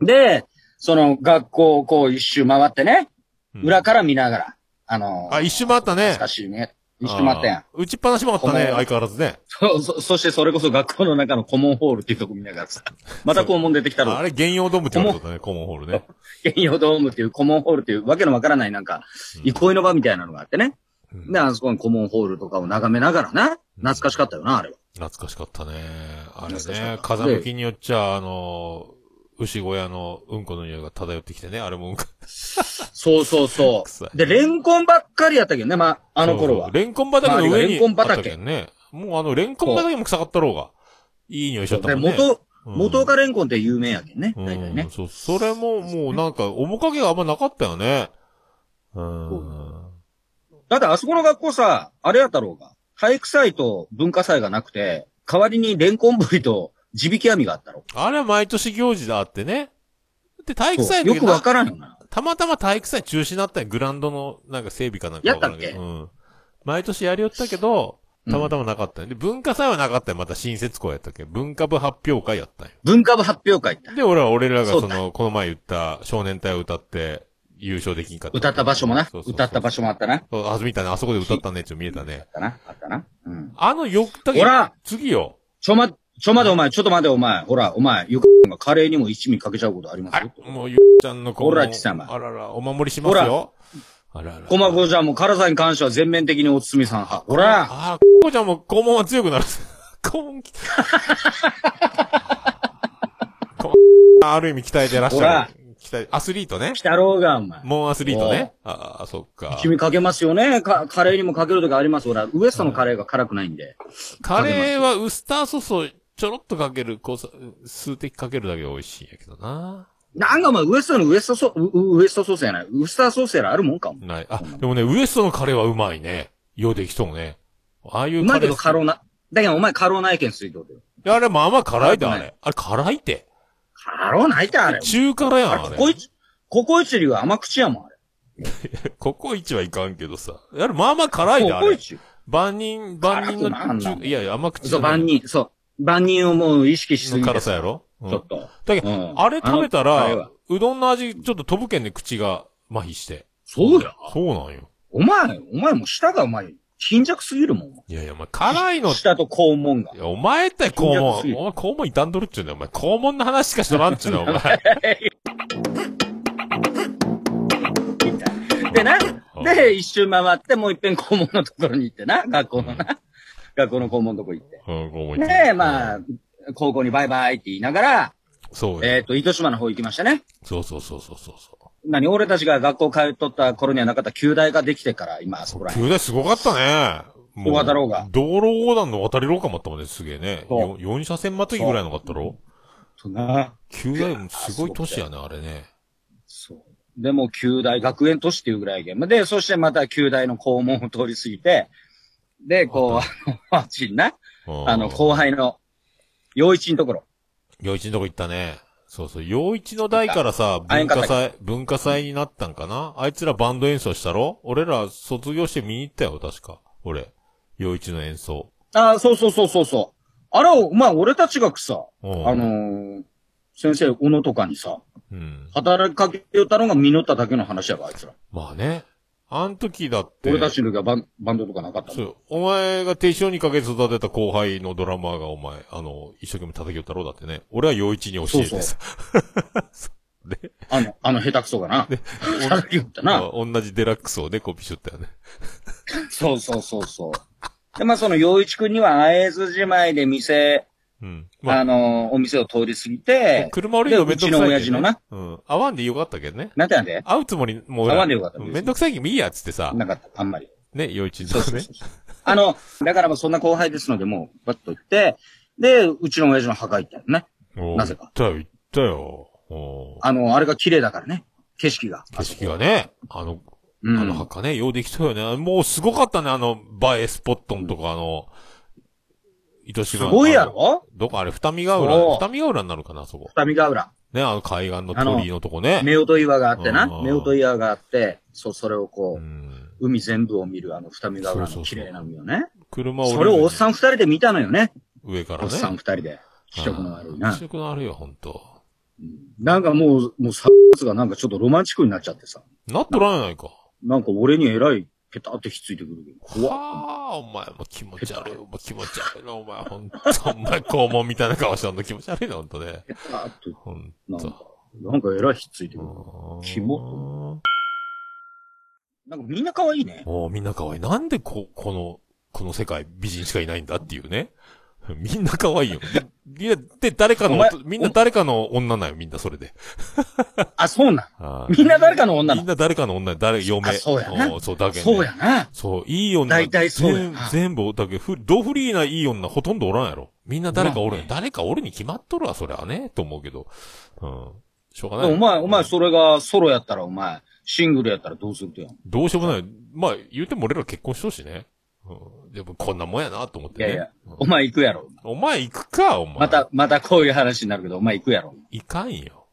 で、その学校をこう一周回ってね、
うん
裏から見ながら、あのー、
あ、一周回ったね
懐。かしいね。一周回ったやん
あ。ー打ちっぱなしもあった
こ
ね、
の
相変わらずね。
そ、 そ、そしてそれこそ学校の中の顧問ホールっていうとこ見な がらさ、また顧問出てきた
ああ
ら、
れ、原用ドームって言われたね、コモンホールね。
兼用ドームっていう顧問ホールっていうわけのわからないなんか、
うん
憩いの場みたいなのがあってね。
うん
で、あそこの顧問ホールとかを眺めながらな、懐かしかったよな、あれは。
懐かしかったね。あ
懐
れ
かしか
ね
っ、た
風向きによっちゃ、あの、牛小屋のうんこの匂いが漂ってきてね、あれもうんこ。
そうそうそ。
臭いう
で、レンコンばっかりやったけどね、まあ、あの頃は
そう。そうレンコン畑の上に。
周りがレンコン畑
あったけんね。もうあの、レンコン畑も臭かったろうが。いい匂いしちゃった
で
もんね。
元、
うん
元岡レンコンって有名やけんね、
う
大体ね
ん、。そう、それももうなんか、面影があんまなかったよね。う
そ
ん。
だってあそこの学校さ、あれやったろうが、体育祭と文化祭がなくて、代わりにレンコンぶりと地引き網があったろ。
あれは毎年行事だあってね。で、体育
そう
祭
よ
の
く
時
わ
な
からんよな。
たまたま体育祭中止になったんやグラウンドのなんか整備かなんかわからん
やったっ
ど。うん。毎年やりよったけど、たまたまなかったんやで、文化祭はなかったんやまた新設校やったっけ文化部発表会やったんよ。
文化部発表会って
で、俺は、俺らが
そう
そ
だ
の、この前言った少年隊を歌って、優勝できんかった。
歌った場所もな
そう。そうそう
歌った場所もあったな。
そうあ、見たね。あそこで歌ったねって見えた
あ
ね
っ。たな。あったな。うん。
あのよく、だけ
ほら
次よ。
ちょま、ちょまでお前、ちょっと待てお前。ほら、お前、ゆかがカレーにも一味かけちゃうことありま
あ
す
れ
よ。
もう、ゆっちゃんの子も
ほら貴様
あらら、お守りしますよ。あらら。
コマコちゃんも辛さに関しては全面的におつみさん派。ほら、
ああ、こちゃんも肛門は強くなる。 肛門き、 肛門ある意味鍛えてらっし
ほ
ゃ
ら
る。鍛え、アスリートね
来。たろうが、お前。
もうアスリートね。ああ、そっか。
君かけますよね。か、カレーにもかけるときあります。ほら、ウエストのカレーが辛くないんで。
カレーはウスターソースをちょろっとかける、こうさ、数滴かけるだけが美味しいんやけどな。
なんかお前、ウエストのウエストソ、ウウエストソースやない。ウスターソースやらあるもんかも。
ない。あ、でもね、ウエストのカレーはうまいね。ようできそうね。ああいうう
ま
カ
いけ
レ
ど
ー。
過労な。だけどお前過労ないけん水道で。
いやあれ、まあまあ辛いで、
辛
あ
くな
れ。あれ、辛いって。
過労ないってあれ。
中辛やん、
あ
あ
れ、
れ
こ。こいち、ここいちよりは甘口やもん、あれ。
ココイチはいかんけどさ。あれ、まあまあ辛いで、
こ
あ
こ
れ
い。ち。
万人、万
辛く
人
なんな
の中、いやいや、甘口
そう、万人、そう。万人をもう意識しす
の
ぎて。
辛さやろうん
ちょっと。
だけど、
うん
あれ食べた
あのあれ
ら
は、
うどんの味、ちょっと飛ぶけんね、口が麻痺して。
そうや。
そうなんよ。
お前、お前もう舌がお前、貧弱すぎるもん。
いやいや、お前、辛いの
舌と肛門が
い。や、お前って肛
貧
門。
弱すぎる
お前肛門傷んどるっちゅうねんお前。肛門の話しかしとらんっちゅうねんお前。
でな
う ん、
で、一周回って、もう一遍肛門のところに行ってな、学校のな。学校の肛門のとこ行って。
うん、肛門
で、ま
あ。
あ、高校にバイバイって言いながら、
そう
え
よ
っ、と、糸島の方行きましたね。
そうそうそうそうそうそ
何、俺たちが学校通っとった頃にはなかった旧大ができてから、今、あそこ
う。
ら辺。
急だすごかったね。も
小型ろうが
道路横断の渡り廊下もあったもんね、すげえね。
そう
よ四車線またぎぐらいのがあったろ
とな。
急だよ、すごい都市やね、あれね。
そう。でも、旧大、学園都市っていうぐらいで。で、そしてまた旧大の校門を通り過ぎて、で、こう、あの、あっちにな、
うん
あの、後輩の、洋一のところ。
洋一のとこ行ったね。そうそう。洋一の代からさ、文化祭、文化祭になったんかなあいつらバンド演奏したろ俺ら卒業して見に行ったよ、確か。俺。洋一の演奏。
ああ、そうそうそうそうそう。あら、お前、俺たちがさ、あ
うん
のー先生、小野とかにさ、
うん。
働きかけよったのが実っただけの話やろ、あいつら。
まあね。あん時だって。
俺たちの時はバンバンドとかなかった
そ
の。
う。お前が手塩にかけて育てた後輩のドラマーがお前、あの、一生懸命叩きよったろうだってね。俺は洋一に教えてさ。
あの、あの下手くそがな。叩きよったな。
同じデラックスをね、コピーしよったよね。
そうそうそうそう。で、まあ、その、洋一くんには会えずじまいで店、
うん。まあ
あのーお店を通り過ぎて、
車降りるのめんどくさいけど、ね。
でうちの親
うん。会わんでよかったけどね。
なんてなんで
会うつもり、もう
会わんでよかった
うんめんどくさいけどいいやっつってさ。
なかった、あんまり。
ね、洋一の
そう
とこ
そう
ね
そ。う。あの、だからもうそんな後輩ですので、もう、バッと行って、で、うちの親父の墓行ったよね。
おう
なぜか
行ったよ、行ったよ。おう
あの、あれが綺麗だからね。景色が。
景色がね、あの、
うん
あの墓ね、ようできたよね。もうすごかったね、あの、映えスポットのとか、あの、糸
す
島の
ごいやろ
どこあれ、二見ヶ
そ
浦
う
二見ヶ浦になるかな、そこ。
二見ヶ浦。
ね、あの海岸の鳥居のとこね。
夫婦岩があってな。
うん
夫婦岩があって、そう、それを
う
こう、
ん。
海全部を見るあの二見ヶ浦
そうそ
の
うそ
綺
う
麗な海をね。
車を
それをおっさん二人で見たのよね。
上から
お
ね。
っさん二人で。気色の悪い
うん
な
気。色の悪いよ、ほんと。
なんかもう、もうサスがなんかちょっとロマンチックになっちゃってさ。
なっとらんやないか。
なんか俺に偉い、ペタってひっついてくるけど。怖っ
はあ、お前も気持ち悪い。もう気持ち悪いな、お前。ほんと、お前肛門みたいな顔してんの気持ち悪いな、ほんとね。
ペタって、
ほん
なん
と
か。、なんか偉いひっついてくる。キ
モ
モなんかみんな可愛いね。
もうみんな可愛い。なんでこ、この、この世界美人しかいないんだっていうね。みんな可愛いよ。で、いやで、誰か
お
の
前、
みんな誰かの女なんよ、みんなそれで。
あ、そうなん。
あー
みんな誰かの女
み。
なん
な誰かの女、誰、嫁。
あそうやな
おーそう、だけ、ね、
そうやな。
そう、いい女。
大体そうや
全
な
全部、だけど、ふドフリーないい女ほとんどおらんやろ。みんな誰かおるんや誰かおるに決まっとるわ、それはね。と思うけど。うん。しょうがない。
お前、お前、それがソロやったら、お前、シングルやったらどうするとやん。い
どうしようもない。まあ、言うても俺ら結婚しとうしね。うん。でも、こんなもんやなと思って
や
ね。
いや
うん、
お前行くやろ。
お前行くか、お前。
また、またこういう話になるけど、お前行くやろ。
行かんよ。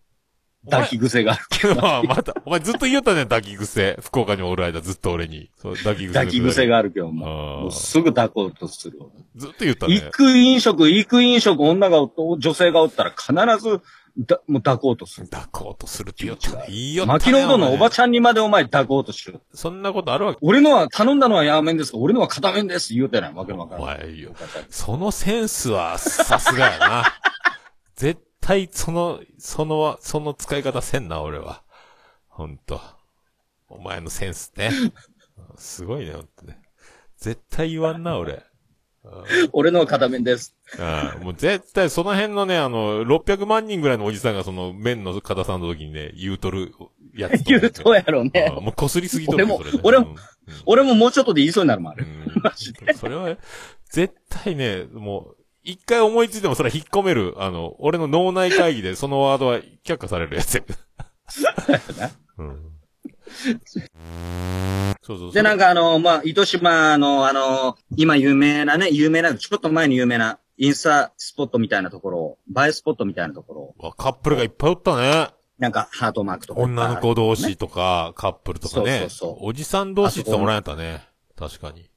お 前
抱き癖があるけど。
まあ、また。お前ずっと言いよったね、抱き癖。福岡におる間ずっと俺に。そう、抱き癖。
抱き癖。があるけど、お前。
あー
もうすぐ抱こうとする。
ずっと言ったね
行。く飲食、行く飲食、女がおっ女性がおったら必ず、だ、もう抱こうとする。
抱こうとするって言ったね。いいよったね。
巻きのうどんのおば
ち
ちゃんにまでお前抱こうとしよう。
ゃん。そんなことあるわけ。
俺のは頼んだのはヤーメンですが、俺のは片面です言うてない。わけのわから
お
ない。
前いいよ。そのセンスは、さすがやな。 絶対、その、その、その使い方せんな、俺は。ほんと。お前のセンスね。すごいね、ほんとね。絶対言わん な、俺。
俺のは片面です。
ああもう絶対その辺のね、あの、600万人ぐらいのおじさんがその麺の硬さの時にね、言うとるやつと思
言
う。
うとやろね
ああ。もう擦りすぎとるよ
俺も
それね
俺も
うん
俺ももうちょっとで言いそうになるもん、あれ。
うんそれは、絶対ね、もう、一回思いついてもそれ引っ込める、あの、俺の脳内会議でそのワードは却下されるやつや。うん。そうそうそう。
で、なん
か、
かあの、まあ、糸島の、あの、今有名なね、有名な、ちょっと前に有名な、インスタスポットみたいなところ、映えスポットみたいなところ、
カップルがいっぱいおったね。
なんかハートマークとか。
女の子同。士とか、カップルとかね。
そうそうそう
おじさん同士って言ってもらえたね。確かに。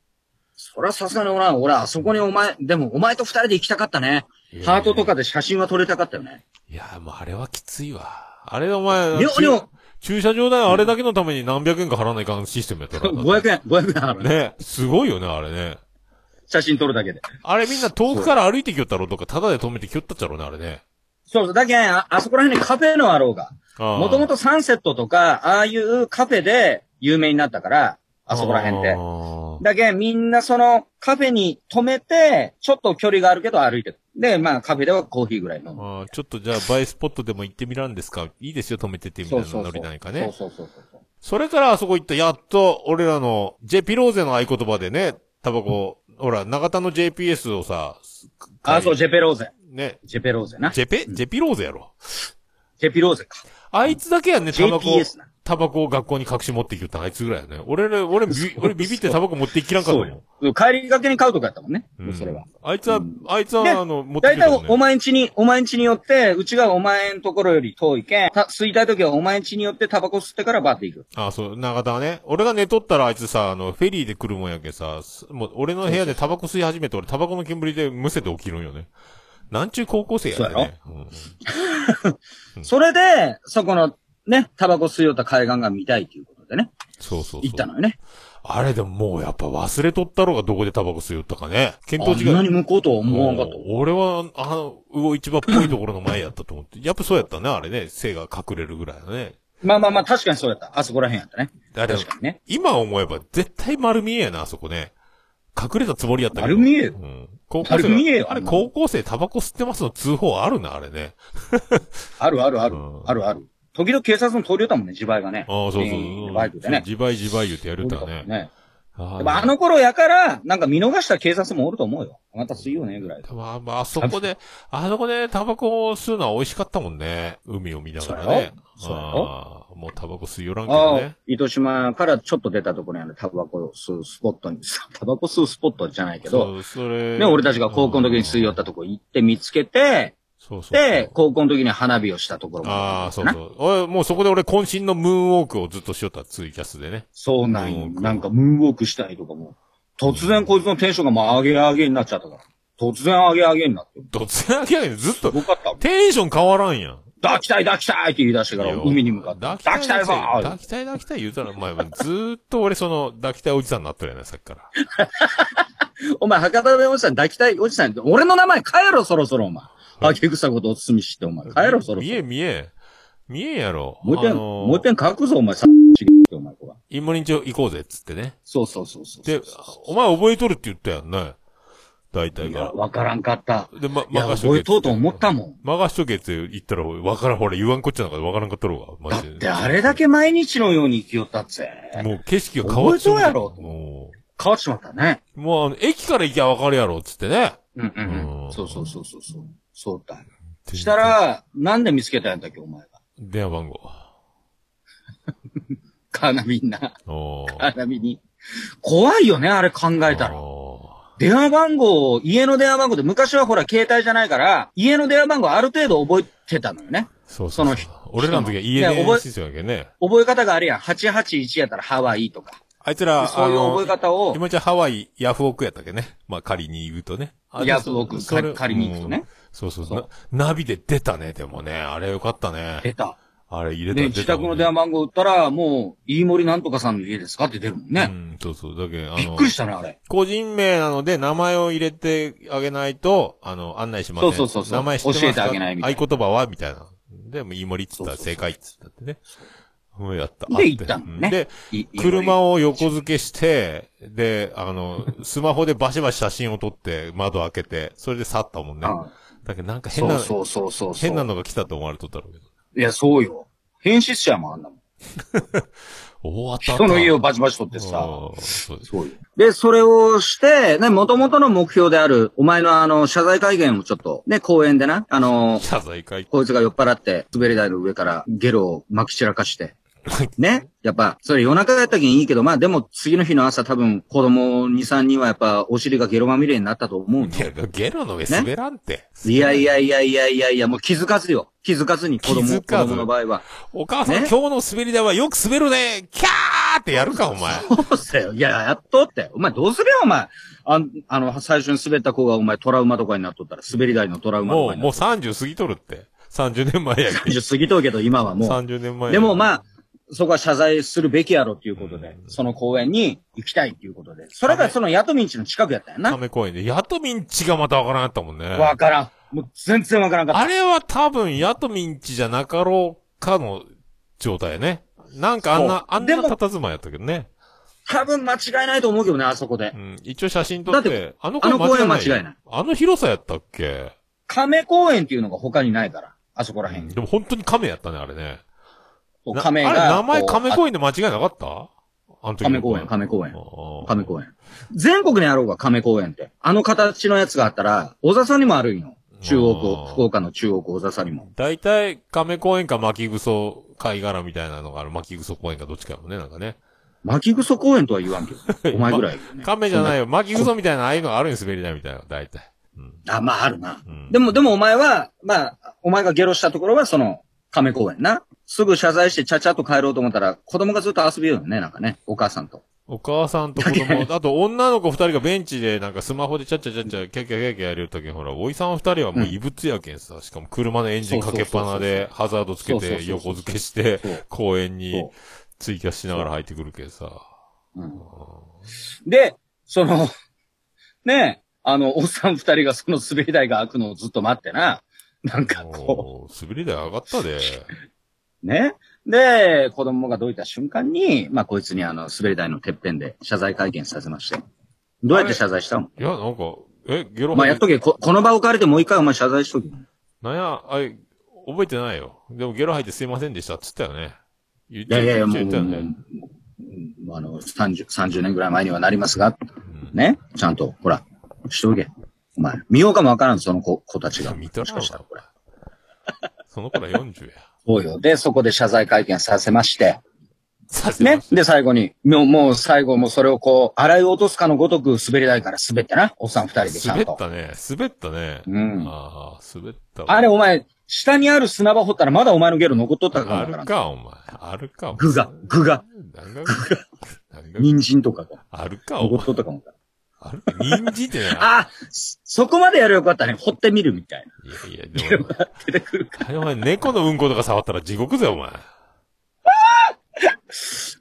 そりゃさすがにおらん。俺、あそこにお前、でもお前と二人で行きたかったね。ハートとかで写真は撮れたかったよね。
いや、もうあれはきついわ。あれお前、
妙にも
駐車場代あれだけのために何百円か払わないかんシステムやっ たから。
500円、500円あるね。
ね。すごいよね、あれね。
写真撮るだけで。
あれみんな遠くから歩いてきよったろとか、ただで止めてきよったっちゃろうね、あれね。
そうそう。だけん、ああそこら辺にカフェのあろうが。も
も
ともとサンセットとか、ああいうカフェで有名になったから、あそこら辺って。
て。
だけどみんなそのカフェに止めて、ちょっと距離があるけど歩いてる。で、まあカフェではコーヒーぐらい飲む。
あーちょっとじゃあ、映えスポットでも行ってみらんですかいいですよ、止めてってみた
そ
いうな
そうそ
ノ
う。
リなんか
そう
ね。
そうそうそう。
それからあそこ行った、やっと、俺らの、J ピローゼの合言葉でね、タバコ、ほら、長田の JPS をさ、
あ、そう、ジ
ジェ
ェペローゼ。
ね。
ジェペローゼな。ジ
ジェペジェピローゼやろ。
ェピローゼか。
あいつだけやね、タバコ
JPS な、
タバコを学校に隠し持ってきよったあいつぐらいやね。俺ら、俺ビ、俺ビビってタバコ持っていきらんかったもん。
よ。帰りがけに買うとかやったもんね。
うん
それは。。
あいつは、あいつは、
で
あの、持って
だ
き
い
て
た
た
い
もんね
お前んちに、お前んちによって、うちがお前んところより遠いけん、た吸いたい時はお前んちによってタバコ吸ってからバーって行く。
あ、そう、長田はね。俺が寝とったらあいつさ、あの、フェリーで来るもんやけさ、すもう、俺の部屋でタバコ吸い始めて、俺タバコの煙でむせて起きるんよね。なんちゅう高校生やでね。うん
それで、そこの、ね、タバコ吸いよった海岸が見たいということでね、
そうそうそう。
行ったのよね。
あれでももうやっぱ忘れとったろうがどこでタバコ吸いよったかね。見当
あ
違
んなに
い。
向こうとは思わんかった
もう。俺は、あの、魚市場っぽいところの前やったと思って。やっぱそうやったね、あれね。背が隠れるぐらいだね。
まあまあまあ、確かにそうやった。あそこら辺やったね。
あれ
確かにね。
今思えば絶対丸見えやな、あそこね。隠れたつもりやったけ
丸
ど。
見えよ
うん。高校生が
丸見えよ
あれ、高校生タバコ吸ってますの通報あるな、あれね。
あるあるある
うん。
あるある。時々警察の通りよったもんね、自売がね。
ああ、そうそう
店員のバイクでね。
自売自売言うてやるた
通りよ
ら
ったもん
ね。
ね。
あ
でもあの頃やから、なんか見逃した警察もおると思うよ。また吸いようね、ぐらいで。
まあ、まあ、あそこで、あそこでタバコを吸うのは美味しかったもんね。海を見ながらね。
そうやろ
ああもうタバコ吸いよらんけ
あ
ど
あ
ね。、
糸島からちょっと出たところにあるタバコ吸うスポットに、 タバコ吸うスポットじゃないけど、
う、それ。
ね、俺たちが高校の時に吸い寄ったとこ行って見つけて、
そうそう。
で、高校の時に花火をしたところも
あ
るん
あ、
です
そ
よ
う
な
そう。俺、もうそこで俺渾身のムーンウォークをずっとしよった、ツイキャスでね。
そうなん
ムーンウォ
よ
ー。ク
なんかムーンウォークしたりとかも。突然こいつのテンションがもう上げ上げになっちゃったから。突然上げ上げになって。
どつなきゃいけないずっと、
よかった。
テンション変わらんやん。
抱きたい抱きたいって言い出してから海に向かって。
抱き
抱きたいぞ
抱きたい抱きたい言うたら、お前、ずーっと俺その、抱きたいおじさんになっとるやない、さっきから。
お前、博多弁おじさん抱きたいおじさんって、俺の名前変えろそろそろお前。あけ草ことお包みしてお前。変えろそろそろ。
見え見え。見えやろ。
もう一
あ
遍、
のー
もう一遍書くぞお前、さってお前こが。
インモリンチョ行こうぜ、っつってね。
そうそうそうそう。
で、お前覚えとるって言ったやんね。大体
いや、
が。
わからんかった。
で、ま、
いや、
任しと
覚
け
えとうと思ったもん。
任しとけって言ったら、わからん、ほら、言わんこっちゃなんかわからんかったろうが、
だ
マ
っ
ジで。
てあれだけ毎日のように生きよったっつ
もう景色が変わっちゃう。
覚えとうやろ
も
変わっちまったね。
う、もうあの、駅から行きゃわかるやろ、っつってね。
うんうん
う
うんん。そうそうそうそうそう。そうだ。した、 ら、なんで見つけたんだっけ、お前が。
電話番号。
カーナビにな。
お
カーナビに。怖いよね、あれ考えたら。電話番号を、家の電話番号で、昔はほら、携帯じゃないから、家の電話番号ある程度覚えてたのよね。
そうそ
そうの
そう
人。
俺らの時は家
ね
電
覚え
システムやけどね。
覚え方があるやん。881やったらハワイとか。
あいつら、
そういう覚え
あ
方
の、
を、
今じゃハワイ、ヤフオクやったっけね。まあ仮に言うとね。あ
ヤフオク
それ
仮仮に行くとね
うんそうそう
そう
なナビで出たね、でもね。あれよかったね。
出た。
あれ入れた
で、自宅の電話
も
番号打ったら、もう、飯森なんとかさんの家ですかって出るもん
ね。う
ね。
ん、そうそう。だけど、あ
びっ
の
く、りしたね、あれ。
個人名なので名前を入れてあげないと、あの、案内しません。
そうそうそうそう
名前知ってますか
教えてあげないみたいな
合言葉はみたいな。で、もう、いもりっつったら
そうそうそう
正解っつったってね。うん、やった。
で、行ったの
う
ね。
んで、
い飯森
車を横付けして、で、あの、スマホでバシバシ写真を撮って、窓開けて、それで去ったもんね。
うん
だけどなんか
そ
変
う
な、
そうそうそうそう。
変なのが来たと思われとったろうけど。
いや、そうよ。変質者もあんなもん。
おお、あったあった。
人の家をバチバチ取ってさ。
うんそうです
そうよ。で、それをして、ね、元々の目標である、お前のあの、謝罪会見をちょっと、ね、公園でな、あの、
謝罪会。
こいつが酔っ払って、滑り台の上からゲロを撒き散らかして。ね。やっぱ、それ夜中やったきにいいけど、まあでも次の日の朝多分子供2、3人はやっぱお尻がゲロまみれになったと思うん
い
で。
や、ゲロの上滑らんって。
いやいやいやいやいやいや、もう気づかずよ。気づかずに子供、
気づ
子
かず
供の場合は。
お母さん、
ね
今日の滑り台はよく滑るねキャーってやるか、お前。
そうっすよ。いや、やっとって。お前どうすりゃお前。あんあの、最初に滑った子がお前トラウマとかになっとったら、滑り台のトラウマと
も
か
う、
に
も
な
う
っ
30過ぎとるって。30年前やけ
と30過ぎとうけど今は
ど。
もう。
30年前やけど
でもまあ、そこは謝罪するべきやろっていうことで
う、ん
その公園に行きたいっていうことで。それがそのヤトミンチの近くやったんやな。
亀公園で、ヤトミンチがまたわからんかったもんね。
わからん。もう全然わからんかっ
あれは多分、ヤトミンチじゃなかろうかの状態やね。なんかあん
そう
な、あん
で
な
も
佇まいやったけどね。
た。多分間違いないと思うけどね、あそこで
う。ん。一応写真撮っ、
だって
あの
あの公園は間違いない。
あの広さやったっけ
亀公園っていうのが他にないから、あそこら
う
辺
ん。でも本当に亀やったね、あれね。
こう
な
亀が。
あれ、名前
こう
亀
あ
公園で間違いなかったあの時の
亀公園、亀公園。
あー
亀公園。全国にあろうが亀公園って。あの形のやつがあったら、小笹にもあるんよ。中央
あ
区、
ー
福岡の中央区小笹にも。
大体、亀公園か巻きぐそ貝殻みたいなのがある巻きぐそ公園かどっちかやもんね、なんかね。
巻きぐそ公園とは言わんけ ど。お前ぐらい、ね。
亀じゃないよ。巻きぐそみたいな、ああいうのがあるんよ、滑り台みたいな、大体。うん。
あ、まああるな。
うん
でも、でもお前は、まあ、お前がゲロしたところはその、亀公園な。すぐ謝罪してちゃちゃっと帰ろうと思ったら、子供がずっと遊びようよね、なんかね。お母さんと。
お母さんと子供、あと女の子二人がベンチでなんかスマホでちゃっちゃちゃっちゃ、キャッキャキャッキャやるときほら、おいさん二人はもう異物やけんさ、しかも車のエンジンかけっぱなで、ハザードつけ
そうそうそう
て、
そう
横付けして
そう、
公園に
そ
追加しながら入ってくるけんさ。
う。うん、で、その、 ねえ、あの、おっさん二人がその滑り台が開くのをずっと待ってな。なんかこ
もう滑り台上がったで。
う、ね。で、子供がどいた瞬間に、まあこいつにあの、滑り台のてっぺんで謝罪会見させまして。どうやって謝罪したの
いや、なんか、え、ゲロ吐いて
まあやっとけ、ここの場を借りてもう一回お前謝罪しとけ。
なんや、あれ、覚えてないよ。でもゲロ吐いてすいませんでしたっつったよね。言
い
っ
やいやいや、もう、
言っ
も
た
う
よ
もう
ね。
もうあの、30、30年ぐらい前にはなりますが、
ん
ね、ちゃんと、ほら、しとけ。お前、見ようかもわからん、その子、子たちが。
見と
も
ら
し
んわ
かしたら、これ。
その頃は40や。
そうよ。で、そこで謝罪会見させまして、
させま
ね
し。た
で、最後に、もう、もう最後、もうそれをこう、洗い落とすかのごとく滑り台から滑ってな、おっさん二人でちゃ
滑
ん
っ
と。
たね。滑ったね。
うん
ああ、滑ったわ。
あれ、お前、下にある砂場掘ったらまだお前のゲロ残っとったかも
あ
わから
る
ん。
か、お前。あるか、お前
具が、具が、
なんかなんか
人参とかが
あるか、お
残っ
前。
とったかもわからん。
あるか、人参ってね。
あそそこまでやればよかったね。掘ってみるみ たいな。
いやいや、でも、
出てくるか。
あれお前、猫のうんことか触ったら地獄だよ、お前。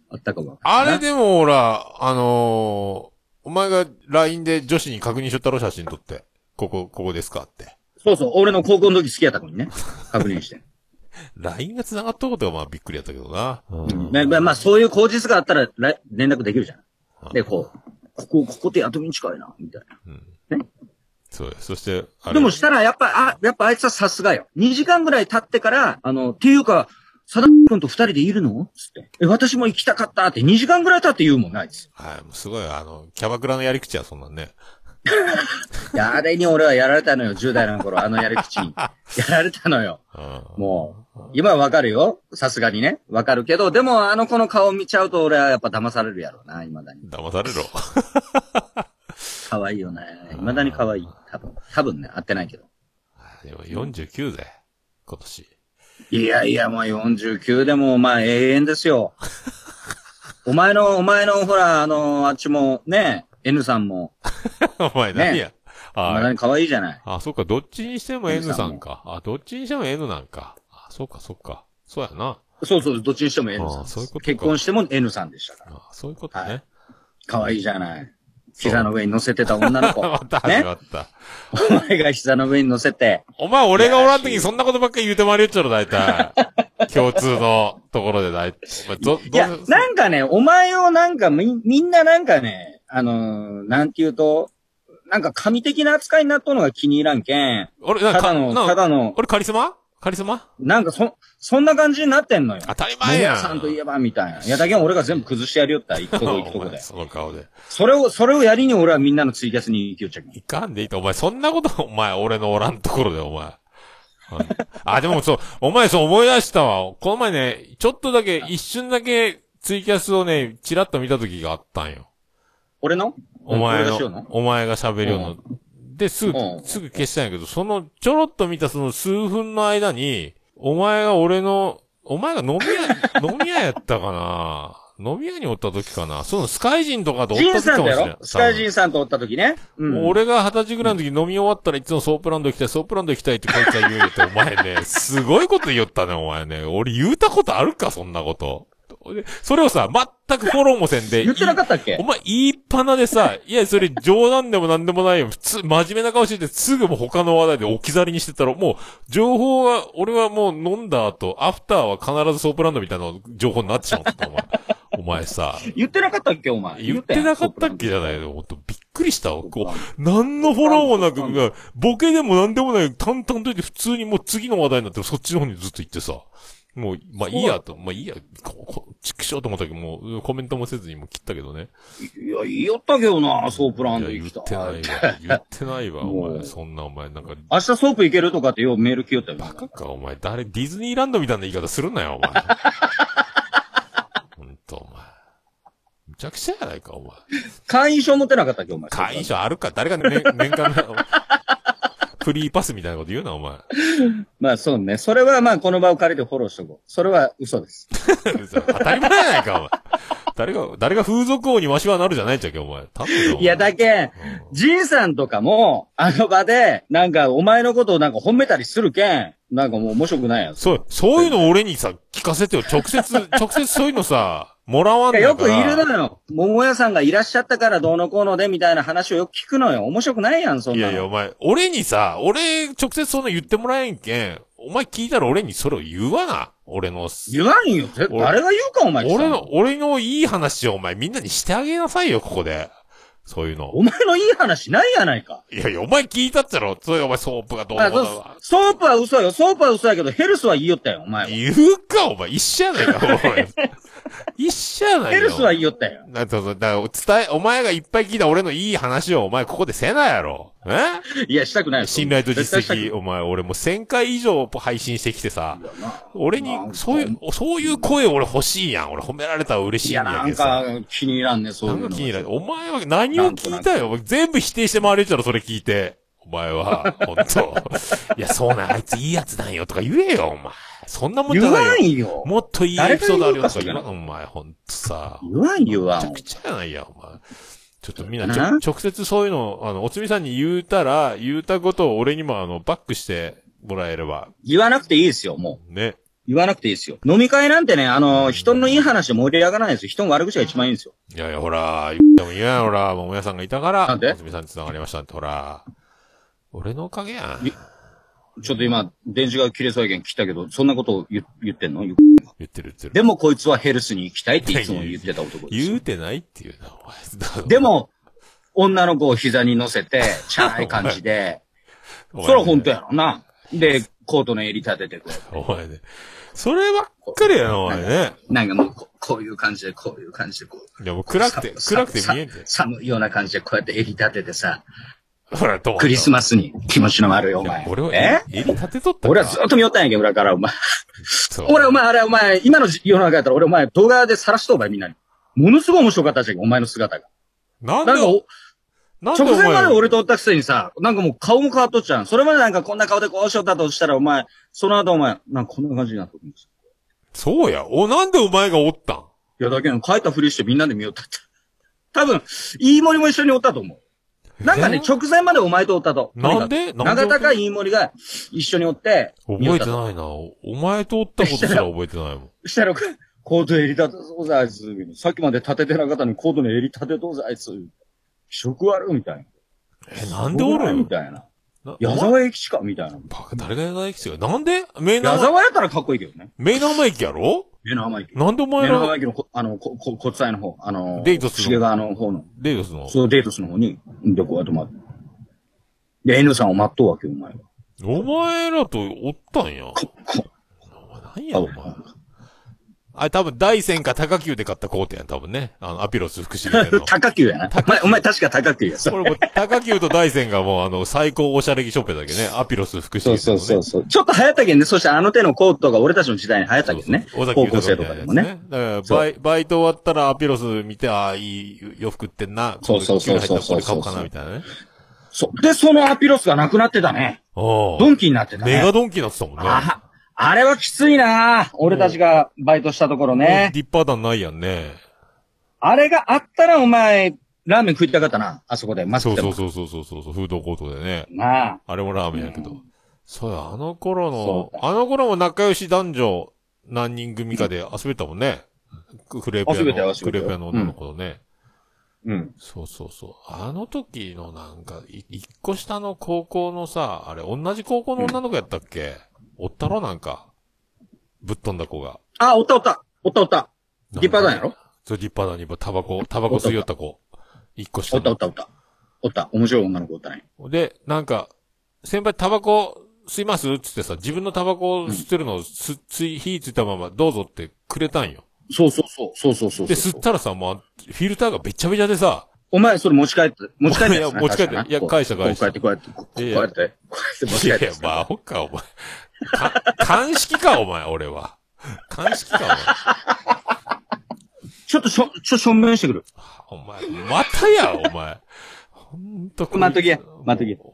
あったかもわから
あ
んな。
れでも、ほら、あのーお前が LINE で女子に確認しとったろ、写真撮って。ここ、ここですかって。
そうそう。俺の高校の時好きやった子にね。確認して。
LINE が繋がったことがまあびっくりやったけどな。うん
ね、まあ、まあ、そういう口実があったらら連絡できるじゃん。で、こう、ここ、ここって後に近いな、みたい
そうやそして、あ
な。
れ
でもしたら、やっぱ、あ、やっぱあいつはさすがよ。2時間ぐらい経ってから、あの、っていうか、さだくんと二人でいるのつって。え、私も行きたかったって2時間ぐらい経って言うもんないです。
はい、もうすごい、あの、キャバクラのやり口や、そんなんね。
いや、あれに俺はやられたのよ、10代の頃、あのやり口 に。やられたのよ。もう、今はわかるよ。さすがにね。わかるけど、でもあの子の顔見ちゃうと俺はやっぱ騙されるやろうな、未だに。
騙されろ。
可愛いよね。未だに可愛い。多分。多分ね、合ってないけど。
でも49ぜ。今年。
いやいや、もう49でも、まあ永遠ですよ。 お前の、お前の、ほら、あの、あっちも、ね、N さんも、
お前何や。
未だ
あ
に可愛いじゃない。
あ、そっか、どっちにしても N
N
さ
さ
ん
ん
か。あ、どっちにしても N なんか。あ、そっか、そっか。そうやな。
そうそう、どっちにしても N さん
ああ
で
そういう
す
こと。か
結婚しても N さんでしたから。
あそういうことね。
はい可愛いじゃない。
そう
膝の上に乗せてた女 の子。
また始
ね
ま。った。
お前が膝の上に乗せて。
お前、俺がおらんときにそんなことばっかり言うてまりよっちゃろ、大体。共通のところで大体。お前 ど、
いや、なんかね、お前をなんかみ、みんななんかね、あのーなんて言うと、なんか神的な扱いになったのが気に入らんけん。
俺、なん
ただ
か、
の、
なん
た
か
だの、
俺カリスマカリスマ
なんかそ、そんな感じになってんのよ。
当たり
桃
前
屋
やん。
さんといえば、みたいな。いや、だけど俺が全部崩してやるよったら、一個とこ一個と
お
こ
前
で。
その顔で。
それを、それをやりに俺はみんなのツイキャスに行きよっちゃうけん
いかんでいいと、お前、そんなこと、お前、俺のおらんところで、お前。うんあ、でもそう、お前、そう思い出したわ。この前ね、ちょっとだけ、一瞬だけ、ツイキャスをね、チラッと見た時があったんよ。
俺の
お前
俺がしよう
の
の、
お前が喋るような。で、すぐ
う、ん
すぐ消したんやけど、その、ちょろっと見たその数分の間に、お前が俺の、お前が飲み屋、 飲み屋やったかな飲み屋におった時かなそのスカイジンとかとおっ
ジ
た
ン
時か
さん
もし
だ
れない
ろ。スカイジンさんとおった時ね。うん。
俺が二十歳ぐらいの時飲み終わったらいつもソープランド行きたい、ソープランド行きたいってこいつは言うよって、お前 ね、すごいこと言おったね、お前ね。俺言うたことあるか、そんなこと。でそれをさ、全くフォローもせんで。
言ってなかったっけ
お前言いっぱなで さ、いや、それ冗談でもなんでもないよ。普通、真面目な顔してて、すぐもう他の話題で置き去りにしてたら、もう、情報は、俺はもう飲んだ後、アフターは必ずソープランドみたいな情報になってしまった、お前。お前 さ、
言ってなかったっけお前。
言ってなかったっけじゃないの。ほんと、びっくりしたわ。こう、何のフォローもなく、
うん
うんボケでも何でもない、淡々と言って、普通にもう次の話題になって、そっちの方にずっと行ってさ。もう、まあいいやと、まあいいや、ここ、ちくしょうと思ったけど、もううんコメントもせずにもう切ったけどね。
いや、言いよったけどな、ソープランド
いや
行
言
き。
ったてないわ。言ってな いわ、お
も
前。
う
そんなお前、なんか、
明日ソープ行けるとかってようメール来よったよ。
バカか、お前。誰、ディズニーランドみたいな言い方するなよ、お 前。ほんと、お前。むちゃくちゃやないか、お前。
会員証持ってなかったっけお前。
会員証あるか誰が、ね、年間の、 フリーパスみたいなこと言うな、お前。
まあそうね。それはまあこの場を借りてフォローしとこう。それは嘘です。
当たり前やないか、お前。誰が、誰が風俗王にわしはなるじゃないっちゃけ、お前。頼むぞお前
いや、だけん、ジンさんとかも、あの場で、なんかお前のことをなんか褒めたりするけん、なんかもう面白くないやん。
そう、そういうの俺にさ、聞かせてよ。直接、直接そういうのさ、もらわん
いや
の
よくいるのよ。桃屋さんがいらっしゃったからどうのこうのでみたいな話をよく聞くのよ。面白くないやん、そん
い
なの。
やいや、お前、俺にさ、俺、直接そんな言ってもらえんけん、お前聞いたら俺にそれを言わな。俺の、
言わんよ。ぜ
俺
誰が言うか、お前。
俺の、俺のいい話をお前みんなにしてあげなさいよ、ここで。そういうの。
お前のいい話ないやないか。
いやいや、お前聞いたっちゃろ。それお前ソープがどう
ま
の
あ
こう
そ
の
うソープは嘘よ。ソープは嘘やけど、ヘルスは言いよったよ、お前は。
言うか、お前。一緒やないか、お前。一緒やない
ヘ
よ。
ルスは言いよったよ。
なんと、だから伝え、お前がいっぱい聞いた俺のいい話を、お前ここでせなやろ。え
いや、したくないよ
信頼と実
絶対し
績、お前、俺もう1000回以上配信してきてさ、
たくないよ
俺に
なん、か
そういう、そういう声俺欲しいやん。俺褒められたら嬉
な
し
い
いんや
や、な
け
ん
どさ。
か気に入らんね、そう
ないん
う
か
の。
気に入らない。お前は何を聞いたよ。全部否定して回れちゃうそれ聞いて。お前は、ほんと。 いや、そうなん、あいついいやつなんよとか言えよ、お前。そんなもんじゃ
言
ない
わ
よ。
んよ。
もっといいエピソードあるよとか
誰
言
が言うか
わん、お前、ほんとさ。
言わん言わ
めちゃ
ん
く。ちゃやないや、お前。ちょっとみんなち
な
ょ、直接そういうの、あの、おつみさんに言うたら、言うたことを俺にも、あの、バックしてもらえれば、
言わなくていいですよ、もう。
ね。
言わなくていいですよ。飲み会なんてね、あの、人のいい話で盛り上がらないですよ。人の悪口が一番いいんですよ。
いやいや、ほら、言ってもいいやん、ほら、桃屋さんがいたから、
なんで
おつみさんに繋がりましたって、ほら。俺のおかげやん
い。ちょっと今、電池が切れそうやけん聞いたけど、そんなことを言言ってんの
言ってる言ってる。
でもこいつはヘルスに行きたいっていつも言ってた男です
言
よ。
うてないっていうな、お 前。
で、も、女の子を膝に乗せて、チャーい感じで、
お前
そら本当やろな。で、コートの襟立ててこう。
お前ね。そればっかりやな、お前ね。
なんかもうこう、こういう感じで、こういう感じで、こう。
いや、もう暗くて、
さ
暗くて
さ
見えんて。
さ寒いような感じで、こうやって襟立ててさ、
ほら、どう
クリスマスに気持ちの悪いお前。
俺は、
え
え襟立てとったか
俺はずっと見よったんやけど、裏から、お前。
そう
俺、お前、あれ、お前、今の世の中やったら、俺、お前、動画で晒しとお前、みんなに。ものすごい面白かったじゃん、お前の姿が。
なんで
なんか、お
なんでお
直前まで
前、
俺とおったくせにさ、なんかもう顔も変わっとっちゃう。それまでなんかこんな顔でこうしよったとしたら、お前、その後お前、なんかこんな感じになってくるんですよ
そうや。お、なんでお前がおったん
いや、だけど、帰ったふりしてみんなで見よったって。多分、飯森も一緒におったと思う。なんかね、
え
直前までお前とおったと。
なんでなんで
長田か飯森が一緒におって、見
覚
よっ
え
た
て
と
ないな。おお前とおったことすら覚えてないもん。
したら、コートに襟立てそうぜ、あいつ。さっきまで立ててなかったのにコートに襟立てとうぜ、あいつ。気色悪いみたいな。
え、なんでおる
み
ん
たいな。
な
矢
お前
沢駅しかみたいな。
バカ、誰がやらない違う。なんでメイナ
矢
ー、
沢やったらかっこいいけどね。
メイナーマイキやろ
目の浜駅。
なんでお前
目の浜
ら
駅のこ、あの、こ、こ、骨祭の方、あの、
デイトスの
茂川の方の、
レイドスの
そう、デートスの方に、で、こうやって待って。で、N さんを待っとうわけよ、お前は。
お前らとおったんや。お
こ、こ、。
前なんや、お前。あれ多分、大戦か高級で買ったコートやん、多分ね。あの、アピロス福島店 の
高級やな。お前、お前確か高級や。そ
こ
う
れもう、高級と大戦がもう、あの、最高おしゃれ着ショップだけね。アピロス福
そ
島
う
店
そう
の、ね。
そうそう。ちょっと流行ったけんね。そしてあの手のコートが俺たちの時代に流行ったけんね。
そうそう
高校生とかでも。
小崎
ね。
豊みたいなやつだ
そう
からバイ、バイト終わったらアピロス見て、ああ、いい洋服売ってんな。
そうそうそうそう
これ買おうかな、みたいなね。
そう。で、そのアピロスがなくなってたね。
お
ド
う
ンキになってたね。
メガドンキになってたもんね。
あ、あれはきついな俺たちがバイトしたところね。
ディッパー団ないやんね。
あれがあったらお前、ラーメン食いたかったな。あそこで、マス
そ
ク
う
で
そ
も
う。そうそうそうそう、フードコートでね。
なあ。
あれもラーメンやけど。そうや、あの頃の
そ、う
あの頃も仲良し男女何人組かで遊べたもんね。クレープ
遊べた
屋
よ
の、
遊べた
クレ
よ
ープ屋の女の子のね。
うん。
そうそうそう。あの時のなんか、い一個下の高校のさ、あれ、同じ高校の女の子やったっけ、おったろなんか。ぶっ飛んだ子が。
あ、おったおった。おったおった。ディッパー団やろ
そう、ディッパー団にタバコ、タバコ吸いよった子。一個
お
下
ったお
の
っ。たおった。おった。面白い女の子おったね。
で、なんか、先輩タバコ吸いますつってさ、自分のタバコ吸ってるのを、す、つい、火ついたままどうぞってくれたんよ。
そうそうそう。そうそうそう
で、
そう
吸ったらさ、もう、フィルターがべちゃべちゃでさ、
お前、それ持ち帰って、持ち帰ってやつ
いや
な。
持ち帰っ
確
て
かない
や
こう
返した
こう
返した
こうやって、こうやって、こうこう
い
や
や
って、こうやって持
い
ち帰
や
っ
い
て
や
やつ、
ま
な。
あ、ほっか、お前。か、鑑識か、お前、俺は。鑑識か、
ちょっとしょ、ちょ、正面してくる。
お前。お前、またや、お前。ほんとこいつ
待っときや待っとき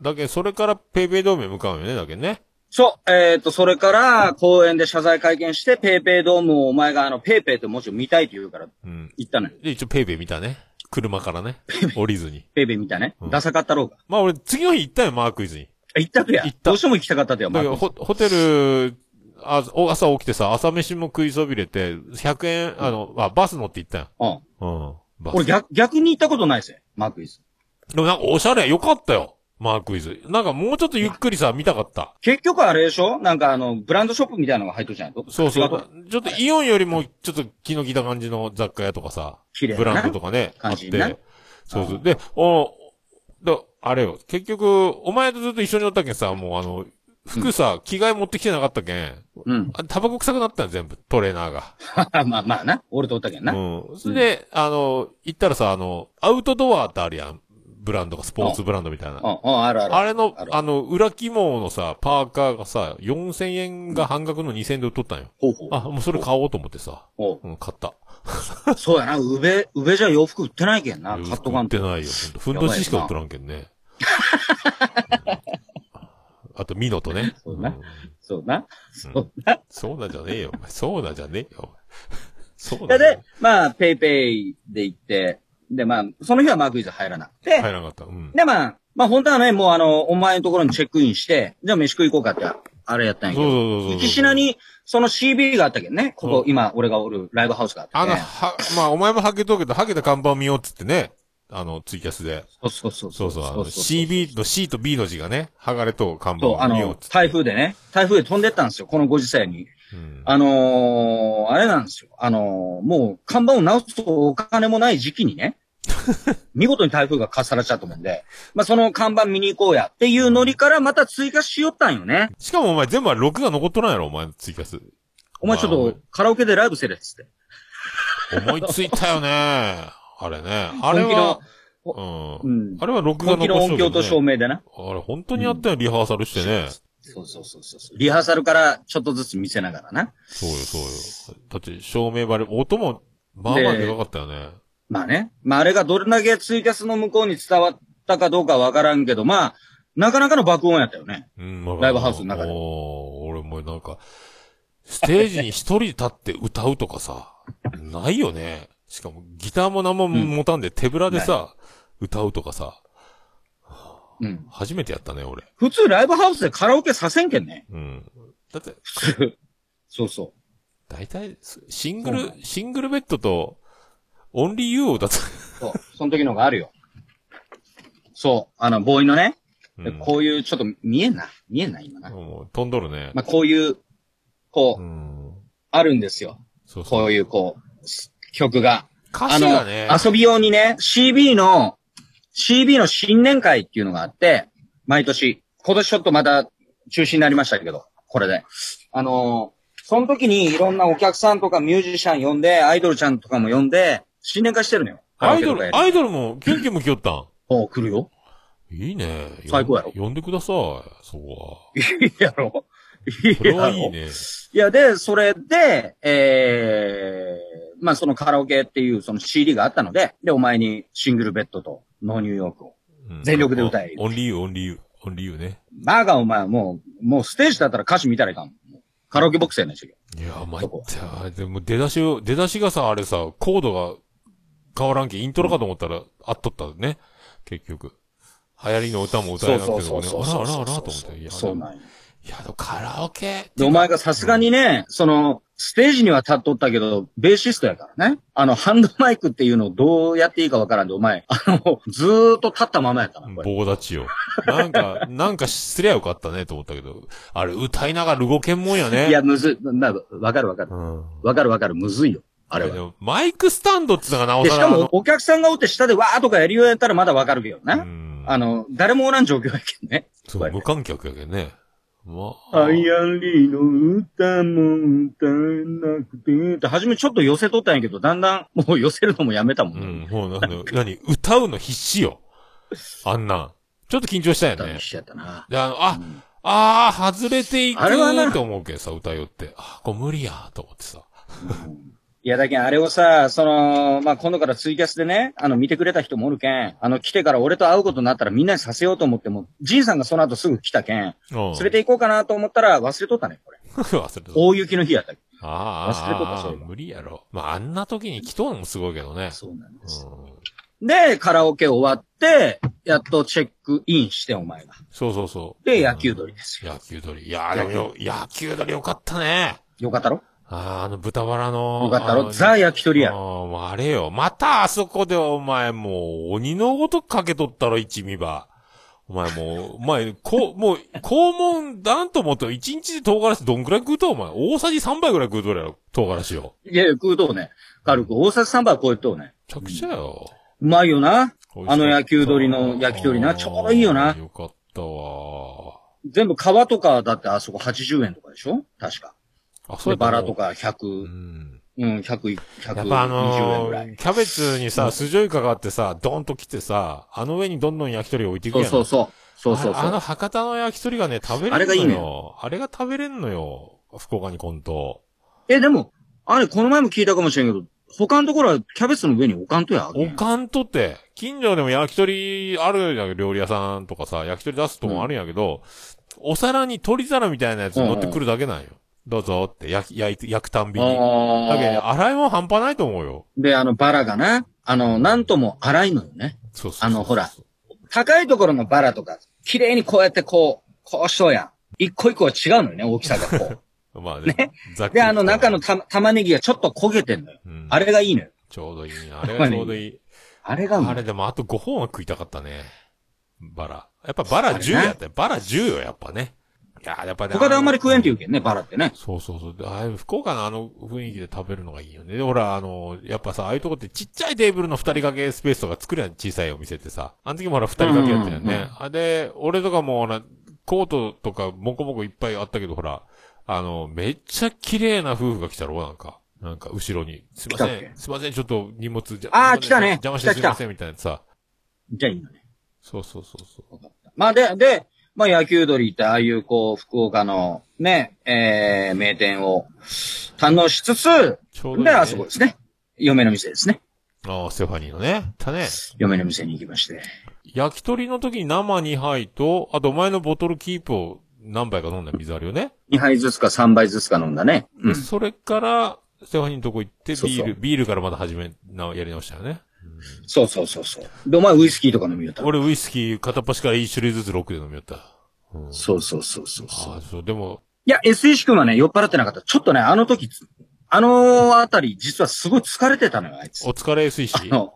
だけどそれからペイペイ同盟向かうよね、だけどね。
そう、えっ、と、それから、公園で謝罪会見して、ペイペイドームをお前があの、ペイペイって文字を見たいって言うから、
うん。
行ったのよ。
で、一応ペイペイ見たね。車からね。降りずに。
ペイペイ見たね
うん。
ダサかったろうが。
まあ俺、次の日行ったよ、マークイズに。
あ行ったとや
行っ。た
どうしても行きたかったとや、
だ
ま
けど、ホホテル、あお朝起きてさ、朝飯も食いそびれて、100円、あの、あ、バス乗って行ったよ。
あ。うん。
うん。バス
俺逆、逆に行ったことないぜ、マークイズ。
でもなんかおしゃれ、よかったよ。マークイズ。なんかもうちょっとゆっくりさ、見たかった。
結局あれでしょなんかあの、ブランドショップみたいなのが入っとるじゃないと
そうそ
違と
う。ちょっとイオンよりも、ちょっと気の利いた感じの雑貨屋とかさ、
綺麗な
ブランドとかね、あ
感
っ
じにな
て。そうそう。で、お、で、あれよ。結局、お前とずっと一緒におったけんさ、もうあの、服さ、着替え持ってきてなかったけん。
うん。
あタバコ臭くなったん全部、トレーナーが。
まあまあな。俺とおったけんな。
うん。それで、あの、行ったらさ、あの、アウトドアってあるやん。ブランドが、スポーツブランドみたいな。
うん、うん、あるある。
あれの、
ある
あの、裏肝のさ、パーカーがさ、4000円が半額の2000円で売っとったんよ。
ほうほう。
あ、もうそれ買おうと思ってさ、
おう
うん、買った。
そうやな、宇部、宇部じゃ洋服売ってないけんな、カットガ
売っ
ン
てないよ。ほんとふんどししか売っとらんけんね。うんあと、ミノとね。
そうだな
うん
そうな。
そうなんじゃねえよ。お前そうなんじゃねえよ。お前そうなんじゃ
で
ね、
まあ、ペイペイで行って、で、まあ、その日はマークイズ入らなく
え
て、
よ。入らなかった。うん。
で、まあ、まあ、本当はね、もうあの、お前のところにチェックインして、じゃあ飯食い行こうかって、あれやったんやけ
そう
ど、
そうそうそう。
行きしなに、その CB があったけどね、こ
うん
こ、今、俺がおるライブハウスがあ
あ
って、
の、
ね。
は、まあ、お前もハゲとうけど、ハゲた看板見ようっつってね。あの、ツイキャスで。
そうそうそう。
そうそう、あの、
そう
CB の C と B の字がね、剥がれとう看板
そう、あ
を見ようっ
の
つっ、て。
台風でね、台風で飛んでったんですよ、このご時世に。
うん
あのー、あれなんですよ。あのー、もう看板を直すお金もない時期にね、見事に台風が重なっちゃったもんで、まあ、その看板見に行こうやっていうノリからまた追加しよったんよね。
しかもお前全部は録画残っとらんやろ、お前のツイキャス。
お前ちょっとカラオケでライブせれっつって。
思いついたよね。 あれね。あれは、う。
うんん。
あれは録画
本気の
残し
音響と照
明。
明でな。
あれ本当にやったよ、リハーサルしてね。
そうそうそうそう。リハーサルからちょっとずつ見せながらな。
そうよ、そうよ。だって照明バレ、音も、まあまあでかかったよね。
まあね。まああれがどれだけツイキャスの向こうに伝わったかどうかわからんけど、まあ、なかなかの爆音やったよね。
うん、まあ
ライブハウスの中で
おー俺もなんか、ステージに一人立って歌うとかさ、ないよね。しかも、ギターも何も持たんで手ぶらでさ、歌うとかさ、
うん。
初めてやったね、俺。
普通ライブハウスでカラオケさせんけんね。
うん。だって、
普通。 そうそ
大体、シングル、シングルベッドと、オンリーユーを歌った。
う。そう。その時のがあるよ。そう。あの、ボーイのね。
うん、
こういう、ちょっと見えんな。見えんな、今な。
もう飛んどるね。
まあ、こういう、こ
う
う、
ん。
あるんですよ。
そうそう。
こういう、こう、す曲が。
歌
あ
詞
の
がね、、
遊び用にね、CB の、CB の新年会っていうのがあって、毎年。今年ちょっとまた中止になりましたけど、これで。あのーその時にいろんなお客さんとかミュージシャン呼んで、アイドルちゃんとかも呼んで、新年会してるのよ。
アイ
カ
ド
ラオケと
ル、
かや
アイドルもキュンキュンも来よったん。
りおう来るよ。
いいね。
最高やろ
呼んでください。そこは。
いいやろ。いいやろ。
これはいいね。
いや、で、それで、ええまあ、そのカラオケっていうその CD があったので、で、お前にシングルベッドとノーニューヨークを。
うん
全力で歌え
オンリーユー、オンリーユー、オンリーユーね。
バカお前もう、もうステージだったら歌詞見たらいかん。もうカラオケボックスやねんし。
いや、参った。でも出だしを、出だしがさ、あれさ、コードが変わらんけ、イントロかと思ったら、あっとったね。結局。流行りの歌も歌えなくてもね、あらあらあらと思って。いや、
そうなんよ
いや、でもカラオケ
で、お前がさすがにね、その、ステージには立っとったけど、ベーシストやからね。あの、ハンドマイクっていうのをどうやっていいかわからんで、お前、あの、ずーっと立ったままやったな、これ。
棒立ちよ。なんか、 なんかすりゃよかったね、と思ったけど。あれ、歌いながら動けんもんやね。
いや、むずい。まあ、わかるわかる
う。ん。
わかるわかる。むずいよ。あれは
で。もマイクスタンドっつうのがなお
で、
さ
し
ら
か
あ
も
の、
お客さんがおって下でわーとかやりようやったらまだわかるけど
う
ね。
ん
あの、誰もおらん状況やけんね。
そう、無観客やけんね。まあ。
アイアンリーの歌も歌えなくて、って初めちょっと寄せとったんやけど、だんだんもう寄せるのもやめたもん
う
ね。
ん、もうなんだ、 何、歌うの必死よ。あんなん。ちょっと緊張したよ
楽
ね。
しちゃったな。
で、あの、あ、あー、外れていく
あれはな
ーって思うけどさ、歌よって。あ、これ無理やーと思ってさ。
いや、だけんあれをさ、その、まあ、今度からツイキャスでね、あの、見てくれた人もおるけん、あの、来てから俺と会うことになったらみんなにさせようと思っても、ジンさんがその後すぐ来たけん、
うん。
連れて行こうかなと思ったら忘れとったね、これ。
忘れてた。
大雪の日やったけど
あー
忘れとった
あー、
そう
あ
いえ
ー
ば
無理やろ。まあ、あんな時に来とんのもすごいけどね。
そうなんです。
うん。
で、カラオケ終わって、やっとチェックインして、お前が。
そうそうそう。
で、野球鳥ですよ。
野球鳥。いやー、でもよ、野球鳥よかったね。
よかったろ
あー、あの豚バラの。
よかった
あの
ろザ焼き鳥
あー
や。
もうあれよ。またあそこでお前もう鬼のごとくかけとったろ、一味ば。お前もう、お前、こう、もう、肛門だんと思って、一日で唐辛子どんくらい食うとお前、大さじ3杯ぐらい食うとるやろ、唐辛子を。
いやいや、食うとうね。軽く、大さじ3杯超えとうね。
めちゃくちゃよ。
うまいよな。
美味しかった
あの野球鳥の焼き鳥なちょうどいいよな
よかったわ。
全部皮とかだってあそこ80円とかでしょ確か。
あ、
で、バラと
か。
か
う
100、
ん。
うん、100、
やっぱあ
120円
の
ぐら
ー
い。
キャベツにさ、酢醤油かかってさ、ドンと来てさ、あの上にどんどん焼き鳥置いていく
そ
や。
うんそうそう。そうそう
ああ
そ
の
う。
博多の焼き鳥がね、食べ
あ
れるのよ。あれ
れ
が
が
い
い
い
い
の
の
よ。あれが食べれんのよ。福岡にコント。
え、でも、あれ、この前も聞いたかもしれんけど、他のところはキャベツの上におかんとやあげ
お
ん。
かんとって、近所でも焼き鳥あるやん料理屋さんとかさ、焼き鳥出すとこあるんやけど、お皿に鳥皿みたいなやつ乗ってくるだけなんよ。どうぞって焼き、焼いて焼くたんびに。だけどね、
ああ。
洗い物半端ないと思うよ。
で、あの、バラがな、あの、なんとも粗いのよね。
そうそうそう
あのほら高いところのバラとか、綺麗にこうやってこう、こうしとうやん。一個一個は違うのよね、大きさがこ
まあね。ざっ
う。
くり
で、あの中のた玉ねぎがちょっと焦げてんのよ。
うん
あれがいいのよ。
ちょうどいいね。あれがちょうどいい。
あれがうま
あ
い
れでもあと5本は食いたかったね。バラ。やっぱバラ10やったよ。バラ10よ、やっぱね。いやー、やっぱね。
他であんまり食えんって言う
け
けんね、バラってね。
そうそうそう。ああいう福岡のあの雰囲気で食べるのがいいよね。で、ほら、あの、やっぱさ、ああいうとこってちっちゃいテーブルの二人掛けスペースとか作るやん、小さいお店ってさ。あの時もほら、二人掛けやったよ
うんうんうん
ね。あ、で、俺とかもほら、コートとかもこもこいっぱいあったけど、ほら、あの、めっちゃ綺麗な夫婦が来たろ、なんか。なんか、後ろに。すいませ
来たっ
ん。すいません、ちょっと荷物じゃ。
あー
す
来
いません
たね
邪魔し
来た
てすい
来た
ません、みたいなさ。
じゃあいいのね。
そうそうそうそう。
まあで、で、まあ野球鳥ってああいうこう、福岡のね、えー、名店を堪能しつつ、
ちょうどいい、
で、あそこですね。嫁の店ですね。
ああ、ステファニーのね。たね。
嫁の店に行きまして。
焼き鳥の時に生2杯と、あとお前のボトルキープを何杯か飲んだ水あるよね。
2杯ずつか3杯ずつか飲んだね。うん。
それから、ステファニーのとこ行って、ビール、
そうそう
ビールからまた始め、な、やり直したよね。
そうそうそうそう。で、お前ウイスキーとか飲みよった。
俺ウイスキー片っ端から1種類ずつ6で飲みよった。うん。
そうそうそうそうそう。
ああ、そう、でも、
いや、S 石君はね、酔っ払ってなかった。ちょっとね、あの時、あのあたり、実はすごい疲れてたのよ、あいつ
お。疲れ水
あ
死。
の、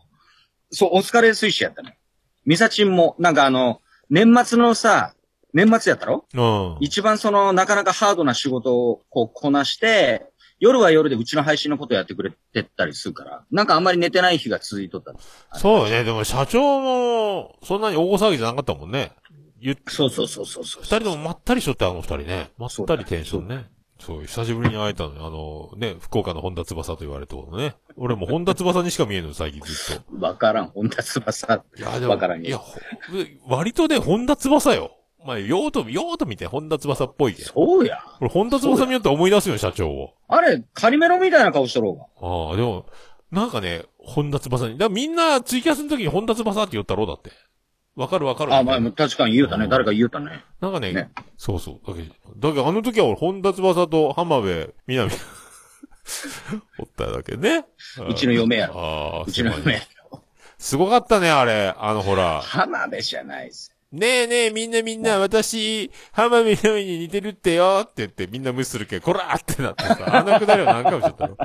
そう、お疲れ水死やったね。ミサチンも、なんかあの、年末のさ、年末やったろ
うん。
一番その、なかなかハードな仕事をこうこなして、夜は夜でうちの配信のことやってくれてたりするから、なんかあんまり寝てない日が続いとった。
そうよね。でも社長も、そんなに大騒ぎじゃなかったもんね。ゆっ
そうそうそうそうそう。
二人ともまったりしとって、あの二人ね。まったりテンションね。そう、久しぶりに会えたのよ。あの、ね、福岡の本田翼と言われたことね。俺も本田翼にしか見えんのよ、最近ずっと。
わからん、本田翼。
いや、で
わから
も、
ん
い
よ
や、ほ割とね、本田翼よ。まあ、用途、用途見て、本田翼っぽいけん。
そうや。
俺、本田翼見よって思い出すよ、社長を。
あれ、カリメロみたいな顔しとろうが。
ああ、でも、なんかね、本田翼に。だからみんな、ツイキャスの時に本田翼って言ったろう、だって。わかるわかる。
あ、まあ、確かに言うた
う
ね。
ん
誰か言うたね。
なんかね、
ね
そうそう。だけど、だけどあの時は俺、本田翼と浜辺、南、 おっただけね。
うちの嫁やろ。
ああ、
うちの
そうなん
嫁
や。。すごかったね、あれ。あの、ほら。
浜辺じゃないです。
ねえねえ、みんなみんな、私、浜辺南に似てるってよって言って、みんな無視するけど、こらーってなってさ、あのくだりは何回もしちゃったの。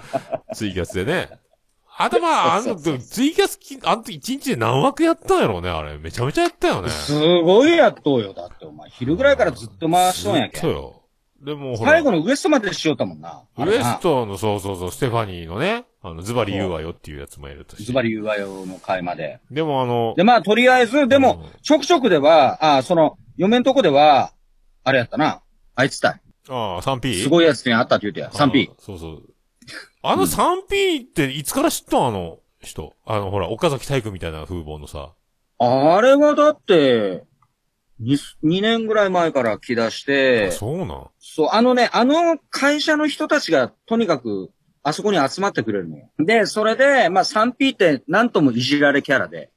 ツイキャスでね。あとまあ、あ
そ
の、
うそうそう
でもツイキャスき、あの時一日で何枠やったんやろうね、あれ。めちゃめちゃやったよね。
すごいやっとうよ。だってお前、昼ぐらいからずっと回しとんやけ。
そうんよ。でもほら。
最後のウエストまでしようたもんな。
ウエストの、そうそうそう、ステファニーのね、あの、ズバリ言うわよっていうやつもいるとし
ズバリ言うわよの会まで。
でもあの、
で、まあ、とりあえず、でも
う、
ちょくちょくでは、ああ、その、嫁んとこでは、あれやったな。あいつだ。
ああ、3P?
すごいやつに会ったって言うてや。3P
あ。あ。そうそう。あの 3P っていつから知ったんあの人。あの、ほら、岡崎体育みたいな風貌のさ。
あれはだって、2、二年ぐらい前から来だして、
そうなん
そう、あのね、あの会社の人たちがとにかくあそこに集まってくれるのよ。で、それで、まあ 3P って何ともいじられキャラで。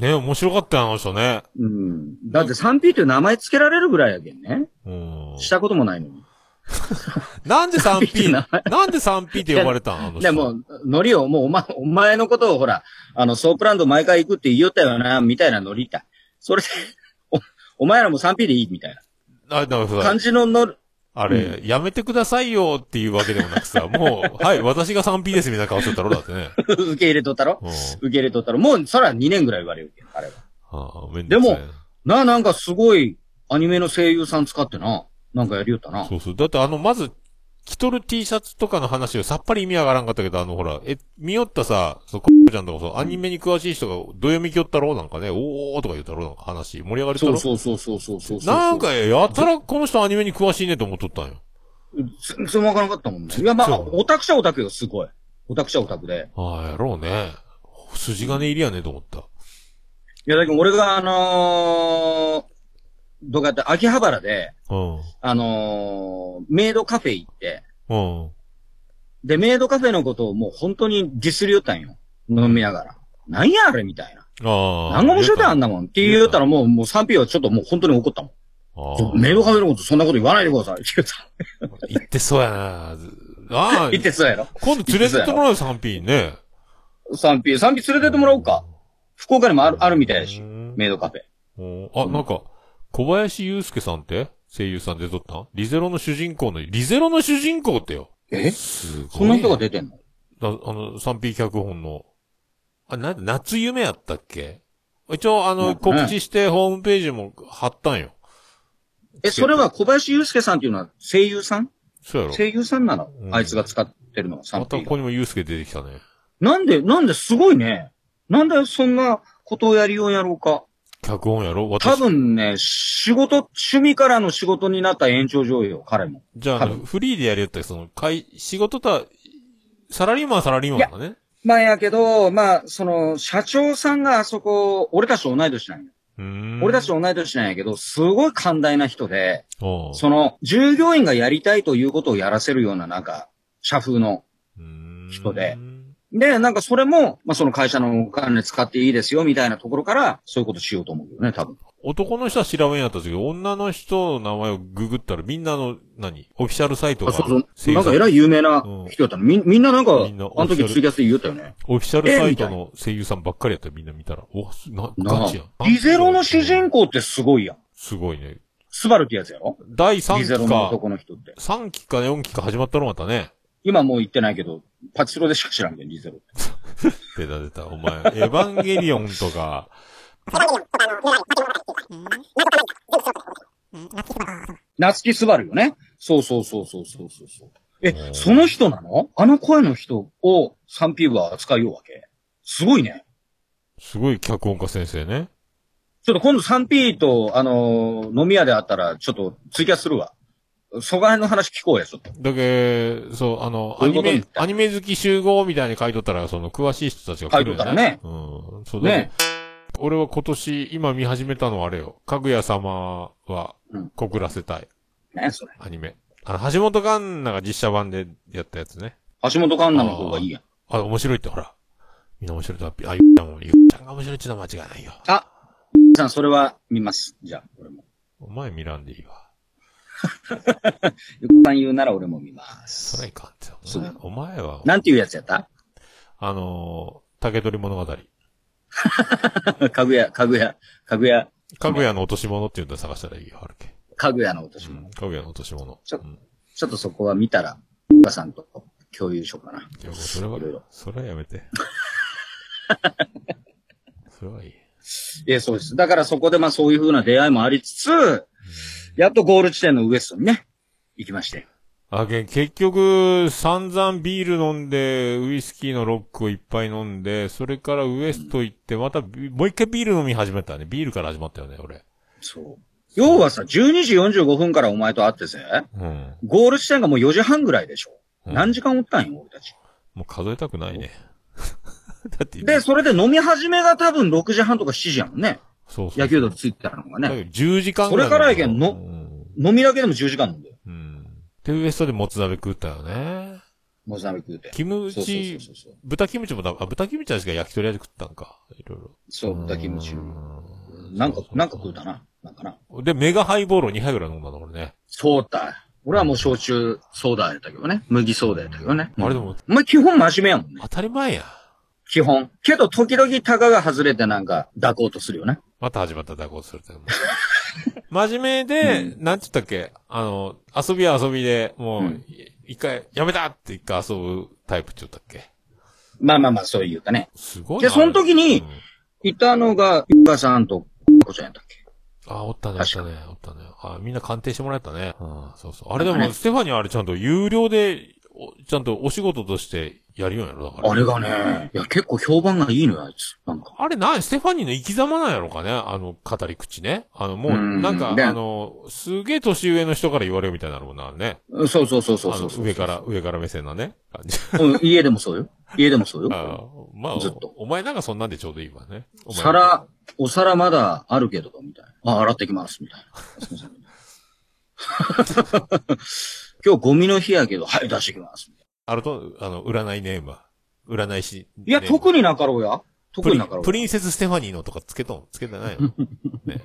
ね、面白かったよ、あの人ね。
うん。だって 3P って名前つけられるぐらいやけんね。
うん。
したこともないのに。
なんで 3P?
名前
なんで 3P って呼ばれたんあの人。
でも、ノリを、もうお前、 お前のことをほら、あの、ソープランド毎回行くって言いよったよな、みたいなノリだ。それで、お、お前らも 3P でいいみたい
あ、だか
な。
らさ
感、じのノリ、
あれ、やめてくださいよっていうわけでもなくさ、もう、はい、私が 3P ですみたいな顔してたろ、だってね。
受け入れとったろ
うん。
受け入れとったろもう、そら2年ぐらい言われるけん、あれは。
ああ、めんどくさいな
でなあ、なんかすごいアニメの声優さん使ってな、なんかやりよったな。
そうそう。だってあの、まず、着とる T シャツとかの話をさっぱり意味わからんかったけど、あの、ほら、え、見よったさ、そう、こっちゃんとかそう、アニメに詳しい人が、どよみきよったろうなんかね、おーとか言ったろうなんか話、盛り上がり
そ
たろ
うそうそうそうそうそうそう。
なんか、やたらこの人アニメに詳しいねと思っとったんよ。
全然わからなかったもんね。いや、まあ、
そう
オタクしゃオタクよ、すごい。オタクしゃオタクで。
ああ、やろうね。筋金入りやねと思った。
いや、だけど俺があのー、どうかって、秋葉原で、
う
あのー、メイドカフェ行って、
ん。うん。
で、メイドカフェのことをもう本当にディスりよったんよ。飲みながら。なんやあれみたいな。
ああ。
何が面白いんだあん
な。
なもん。って言うたらもう、もう賛否はちょっともう本当に怒ったもん。
あ
ちょ
あ。
メイドカフェのことそんなこと言わないでください。って言うた
言ってそうやな。ず ああ。
言ってそうやろ。
今度連れてってもらうよ、3P ね。
賛否、賛否連れてってもらおうか。福岡にもある、あるみたいだし
う。ん
メイドカフェ。
おーあ、なんか、小林祐介さんって声優さん出とったんリゼロの主人公の、リゼロの主人公ってよ。
え
すごい。
そんな人が出てんの
ああの、3P 脚本の。あ、な、夏夢やったっけ一応、あの、
ね
告知してホームページも貼ったんよ。
え、それは小林祐介さんっていうのは声優さん
そうやろ。
声優さんなの
うん
あいつが使ってるのは
ま
賛
た
否
こ。こにも祐介出てきたね。
なんで、なんですごいね。なんでそんなことをやりようやろうか。
キ脚本やろ
多
私。
分ね、仕事、趣味からの仕事になった延長上よ、彼も。
じゃああ
多
の、
分
フリーでやるやったら、その、会、仕事とは、サラリーマンはサラリーマンだね。
まあやけど、まあ、その、社長さんがあそこ、俺たちと同い年なんよ。
うーん。
俺たちと同い年なんやけど、すごい寛大な人で、
おう
その、従業員がやりたいということをやらせるような、なんか、社風の。
うーん
人で。で、なんかそれも、まあその会社のお金使っていいですよ、みたいなところから、そういうことしようと思うよね、多分。
男の人は調べんやったんですけど、女の人の名前をググったら、みんなの、何オフィシャルサイト
あ、
が、
そうそ
制
う。なん
作
か偉い有名な人やったの。みんみんななんか、あ
みんな
の時ツイキャスで言ったよね。
オフィシャルサイト
えみ
の声優さんばっかりやったよみんな見たら。お、すな、
な
ガチや
あ。リゼロの主人
公
公ってすごいやん。
すごいね。
スバルってやつやろ
第
リゼロ
3期
の
か、
男の人って。
3期か4期か始まったのまたね。
今もう言ってないけど、パチスロでしか知らんけど、リゼロって。
出た出た。お前、エヴァンゲリオンとか、
夏木スバルよね。そうそうそうそうそうそうそう。え
う、ん
その人なのあの声の人を 3P は扱いようわけすごいね。
すごい脚本家先生ね。
ちょっと今度 3P と、あのー飲み屋で会ったら、ちょっとツイキャスするわ。そこら辺の話聞こうや、ちょっと。
だけどそう、あの、
ど
ア
ういう
ニ
こと
メ、アニメ好き集合みたいに書いとったら、その、詳しい人たちが来
書
るよ
いとったらね。
うん。そうだね
ね。
俺は今年、今見始めたのはあれよ。かぐや様は
うん、
告らせたい。
ねそれ。
アニメ。あの、橋本環奈が実写版でやったやつね。
橋本環奈の方がいいやん。
あ、面白いって、ほら。みんな面白いとは、あ、ゆっちゃんも、ゆっちゃんが面白いってのは間違いないよ。
あ、さん、それは見ます。じゃあ、俺も。
お前見らんでいいわ。
ゆっさん言うなら俺も見ま
それ
す。
はいかんって。お
そう
前お前は、
なんていうやつやった
あのー、竹取物語。か
かぐや、かぐや、かぐや、
ぐやの落とし物って言うんだ探したらいいよ、あるけ。
かぐやの私
う
も。
ん。かぐやの落とし物。
ちょ
うん。
ちょっとそこは見たら、ゆかさんと共有しようかな。
いやもうそれはい
ろいろ、
それはやめて。 それはいい。
えそうです。だからそこでまあそういう風な出会いもありつつ、やっとゴール地点のウエストにね、行きまして。
あ、けん結局、散々ビール飲んで、ウイスキーのロックをいっぱい飲んで、それからウエスト行って、またビ、もう一回ビール飲み始めたね。ビールから始まったよね、俺。
そう。要はさ、12時45分からお前と会ってさ、
うん。
ゴール地点がもう4時半ぐらいでしょ。
うん
何時間おったんよ、俺たち。
もう数えたくな いね。だって、
で、それで飲み始めが多分6時半とか7時やもんね。
そうそう。
野球道ついてたのが
だ
ね。
けど10時間ぐらい。
それからやけんの
うん。
飲みだけでも10時間飲んで。
うん。で、ウエストでもつ鍋食ったよね。
もつ鍋食うて。
キ
そ
ム
うそう
チ
そう、そう。
豚キムチもだ、あ、豚キムチはしか焼き鳥味食ったんか。いろいろ。
そう、豚キムチ。
うん
なんか
そうそうそ、う
なんか食うたな。なんかな。
で、メガハイボールを2杯ぐらい飲んだの、俺ね。
そうだ。俺はもう焼酎ソーダやったけどね。麦ソーダやったけどね。
あれでも、
お前基本真面目やもんね。
当たり前や。
基本。けど時々タガが外れてなんか抱こうとするよね。
また始まった、蛇行するって。 もう真面目で、なんつったっけあの、遊びは遊びで、も
う、
うんい一回、やめたって一回遊ぶタイプって言ったっけ
まあまあまあ、そういうかね。
すごいな。
でその時に
うん
いたのが、ゆかさんと、こちゃんやったっけ
あ、おったね、おっ
確
たね、おったね。あ、みんな鑑定してもらったね。うん、そうそう。あれで
なんか
も、
ね
ステファニーあれちゃんと有料で、おちゃんとお仕事としてやるようやろ、だから。
あれがね、いや結構評判がいいのよ、あいつ。なんか。
あれな、ステファニーの生き様なんやろかねあの、語り口ね。あの、もう、
うん
なんか、
で
あの、すげえ年上の人から言われるみたいなのもんなね。
うんそうそうそうそうそう
あの、上から、上から目線 なね。感じ。
うん、家でもそうよ。家でもそう
あ
よ。
まあ
ずっと、
お前なんかそんなんでちょうどいいわね。お前
皿、お皿まだあるけど、みたいな。あ、洗ってきます、みたいな。すいません 今日ゴミの日やけど、はい、出してきます。みたい
あると、あの、占いネームは。占い師。
ないや、特
に、
になかろうや。特
プリ
に
ン
なかろ、う
プ
や。
リンセスステファニーのとかつけとん、つけてないの。ね。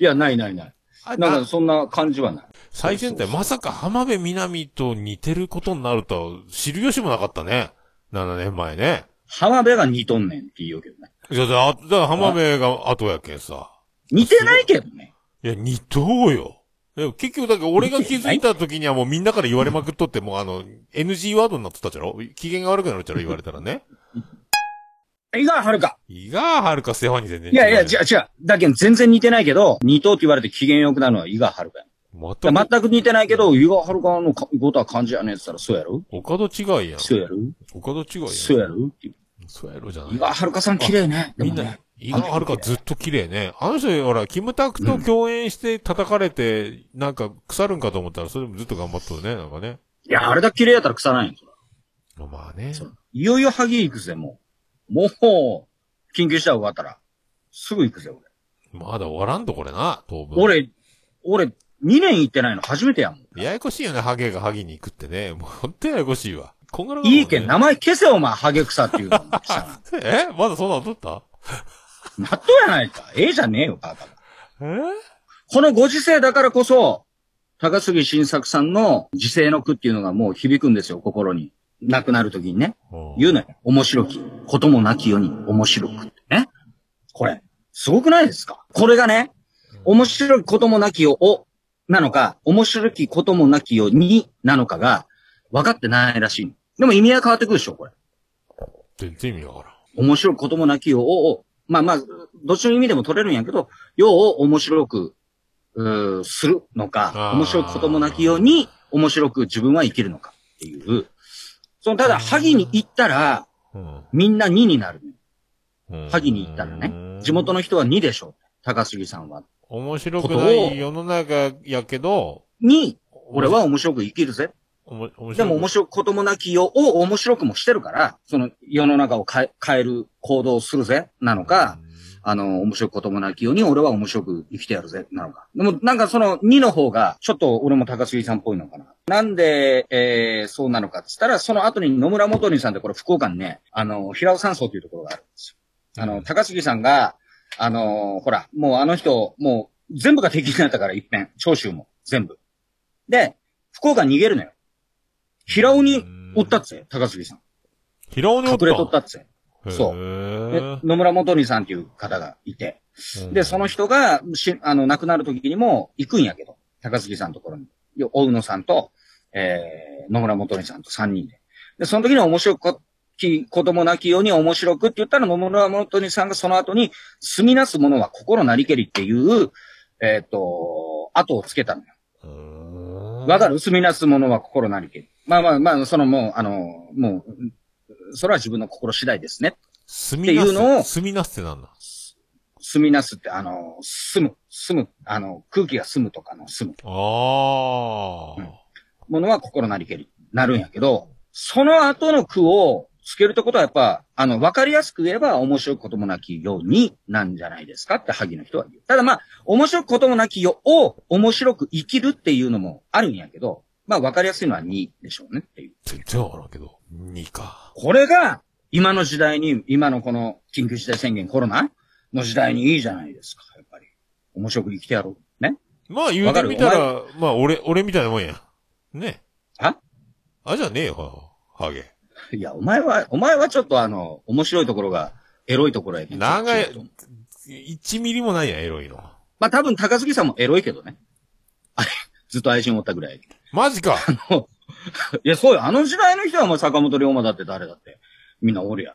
いや、ないないない。
あ
なん
あ
かそんな感じはない。
最先端、まさか浜辺美波と似てることになるとは知る由もなかったね。7年前ね。
浜辺が似とんねんって言うけどね。
いや、だ、だ浜辺が後やけんさ。
似てないけどね。
いや、似とうよ。でも結局、だから俺が気づいた時にはもうみんなから言われまくっとって、もうあの、NG ワードになっとったじゃろ機嫌が悪くなるじゃろ言われたらね。
伊賀遥か。
いがはるかステファニー全然
いやいや、違
じゃ
う違う。だけど全然似てないけど、似とうって言われて機嫌良くなるのは伊賀遥かや。
ま
い
た、
や全く似てないけど、伊賀遥かのかことは感じやねんって言ったら、そうやろ
岡戸違いやん。
そうやろ
岡戸違いやん。
そうやろって言う
そうやろじゃな
伊
い。
賀遥かさん綺麗ね。で
み
も
んな
ね、
伊賀はるかずっと綺麗ね。あの人、ほら、キムタクと共演して叩かれて、なんか腐るんかと思ったら、それでもずっと頑張っとるね、なんかね。
いや、あれだけ綺麗やったら腐らんよ。
まあね。
そういよいよ萩行くぜ、もう。もう、緊急事態終わったら、すぐ行くぜ、
まだ終わらんと、これな、当分。
俺。俺、俺、2年行ってないの初めてやもん。
ややこしいよね、ハゲがハゲに行くってね。もうほんとややこしいわ。こんがらがるもんね
いいけん、名前消せよ、お前、ハゲ草っていう の。さ
えまだそんなの撮った
納豆やないか。ええじゃねえよ、バカ。
え
このご時世だからこそ、高杉晋作さんの時世の句っていうのがもう響くんですよ、心に。亡くなる時にね。言うのよ。面白き。こともなきように面白くってね。これ、すごくないですかこれがね、面白いこともなきよをなのか、面白きこともなきよになのかが分かってないらしいの。でも意味は変わってくるでしょ、これ。
全然意味わからん。
面白いこともなきよを、をまあまあ、どっちの意味でも取れるんやけど、ようを面白く、うーするのか
あ、ー
面白いこともなきように、面白く自分は生きるのかっていう。その、ただ、萩に行ったら、
うん
みんな2になる。
うん
萩に行ったらね、地元の人は2でしょ。高杉さんは。
面白くない世の中やけど、
に、俺は面白く生きるぜ。
おも、面白い。
でも面白くこともなきようを面白くもしてるから、その世の中を変え変える行動をするぜ、なのか、あの、面白くこともなきように、俺は面白く生きてやるぜ、なのか。でも、なんかその2の方が、ちょっと俺も高杉さんっぽいのかな。なんで、えー、そうなのかって言ったら、その後に野村元にさんってこれ福岡にね、あの、平尾山荘というところがあるんですよ。あの、高杉さんが、あの、ほら、もうあの人、もう全部が敵になったから、一遍。長州も、全部。で、福岡に逃げるのよ。平尾におったっつよ、高杉さん。
平尾にお
隠
った。
れとったっつよ。そうで
う
野村元にさんっていう方がいて。で、その人が、し、あの、亡くなる時にも行くんやけど、高杉さんのところに。よ大野さんと、えー、野村元美さんと3人で。で、その時に面白く、き、子供なきように面白くって言ったら、野村元美さんがその後に、住みなすものは心なりけりっていう、えっ、と、後をつけたのよ。わ
わ
かる住みなすものは心なりけり。まあまあまあ、そのもう、あの、もう、それは自分の心次第ですね。
す
って
み
いうの
な
を
す。すみなすってなんだ。
住みなすって、あの、住む、住む、あの、空気が住むとかの住む。
あ
うんものは心なりけり、なるんやけど、その後の句をつけるってことはやっぱ、あの、わかりやすく言えば面白いこともなきようになんじゃないですかって萩の人は言う。ただまあ、面白いこともなきようを面白く生きるっていうのもあるんやけど、まあわかりやすいのは2でしょうねっていう。
ー。全然わからんけど。2か。
これが今の時代に、今のこの緊急事態宣言コロナの時代にいいじゃないですか、やっぱり。面白く生きてやろう。ね
まあ言うてみたら、まあ俺、俺みたいなもんや。ね。
は
あじゃねえよ、ハゲ。
いや、お前は、お前はちょっとあの、面白いところが、エロいところへ。
長い1ミリもないやん、エロいの。
まあ多分高杉さんもエロいけどね。あれ、ずっと愛人おったぐらい。
マジ か。
いや、そうよ。あの時代の人はもう坂本龍馬だって誰だって。みんなおるやん。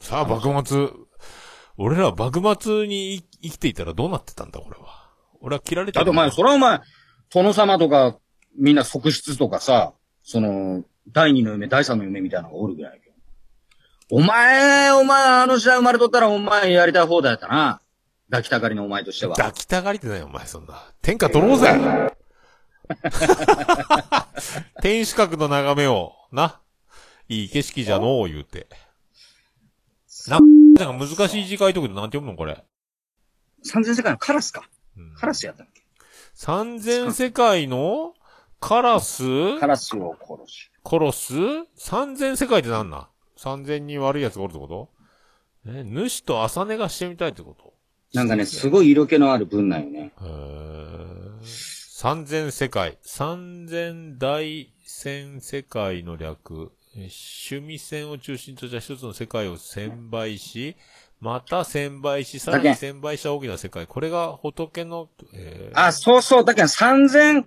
さあ、幕末。俺ら幕末にい生きていたらどうなってたんだ、これは。俺は切られて
だってお前、それはお前、殿様とか、みんな側室とかさ、その、第二の夢、第三の夢みたいなのがおるぐらいやけど。お前、お前、あの時代生まれとったらお前やりたい放題やったな。抱きたがりのお前としては。
抱きたがりてないよ、お前、そんな。天下取ろう ぜ天守閣の眺めを、な。いい景色じゃのう、言うて。 な、なんか難しい字書いとくとなんて読むの、これ。
三千世界のカラスか。
うん
カラスやったっけ
三千世界の、カラス、
カラスを殺し。
殺す三千世界ってなんなん三千人悪い奴がおるってことえ、主と朝寝がしてみたいってこと
なんかね、すごい色気のある文なんよね。
へー三千世界。三千大千世界の略。え趣味線を中心とした一つの世界を千倍し、また千倍し、さらに千倍した大きな世界。これが仏の、えー
あ、そうそう。だけど3000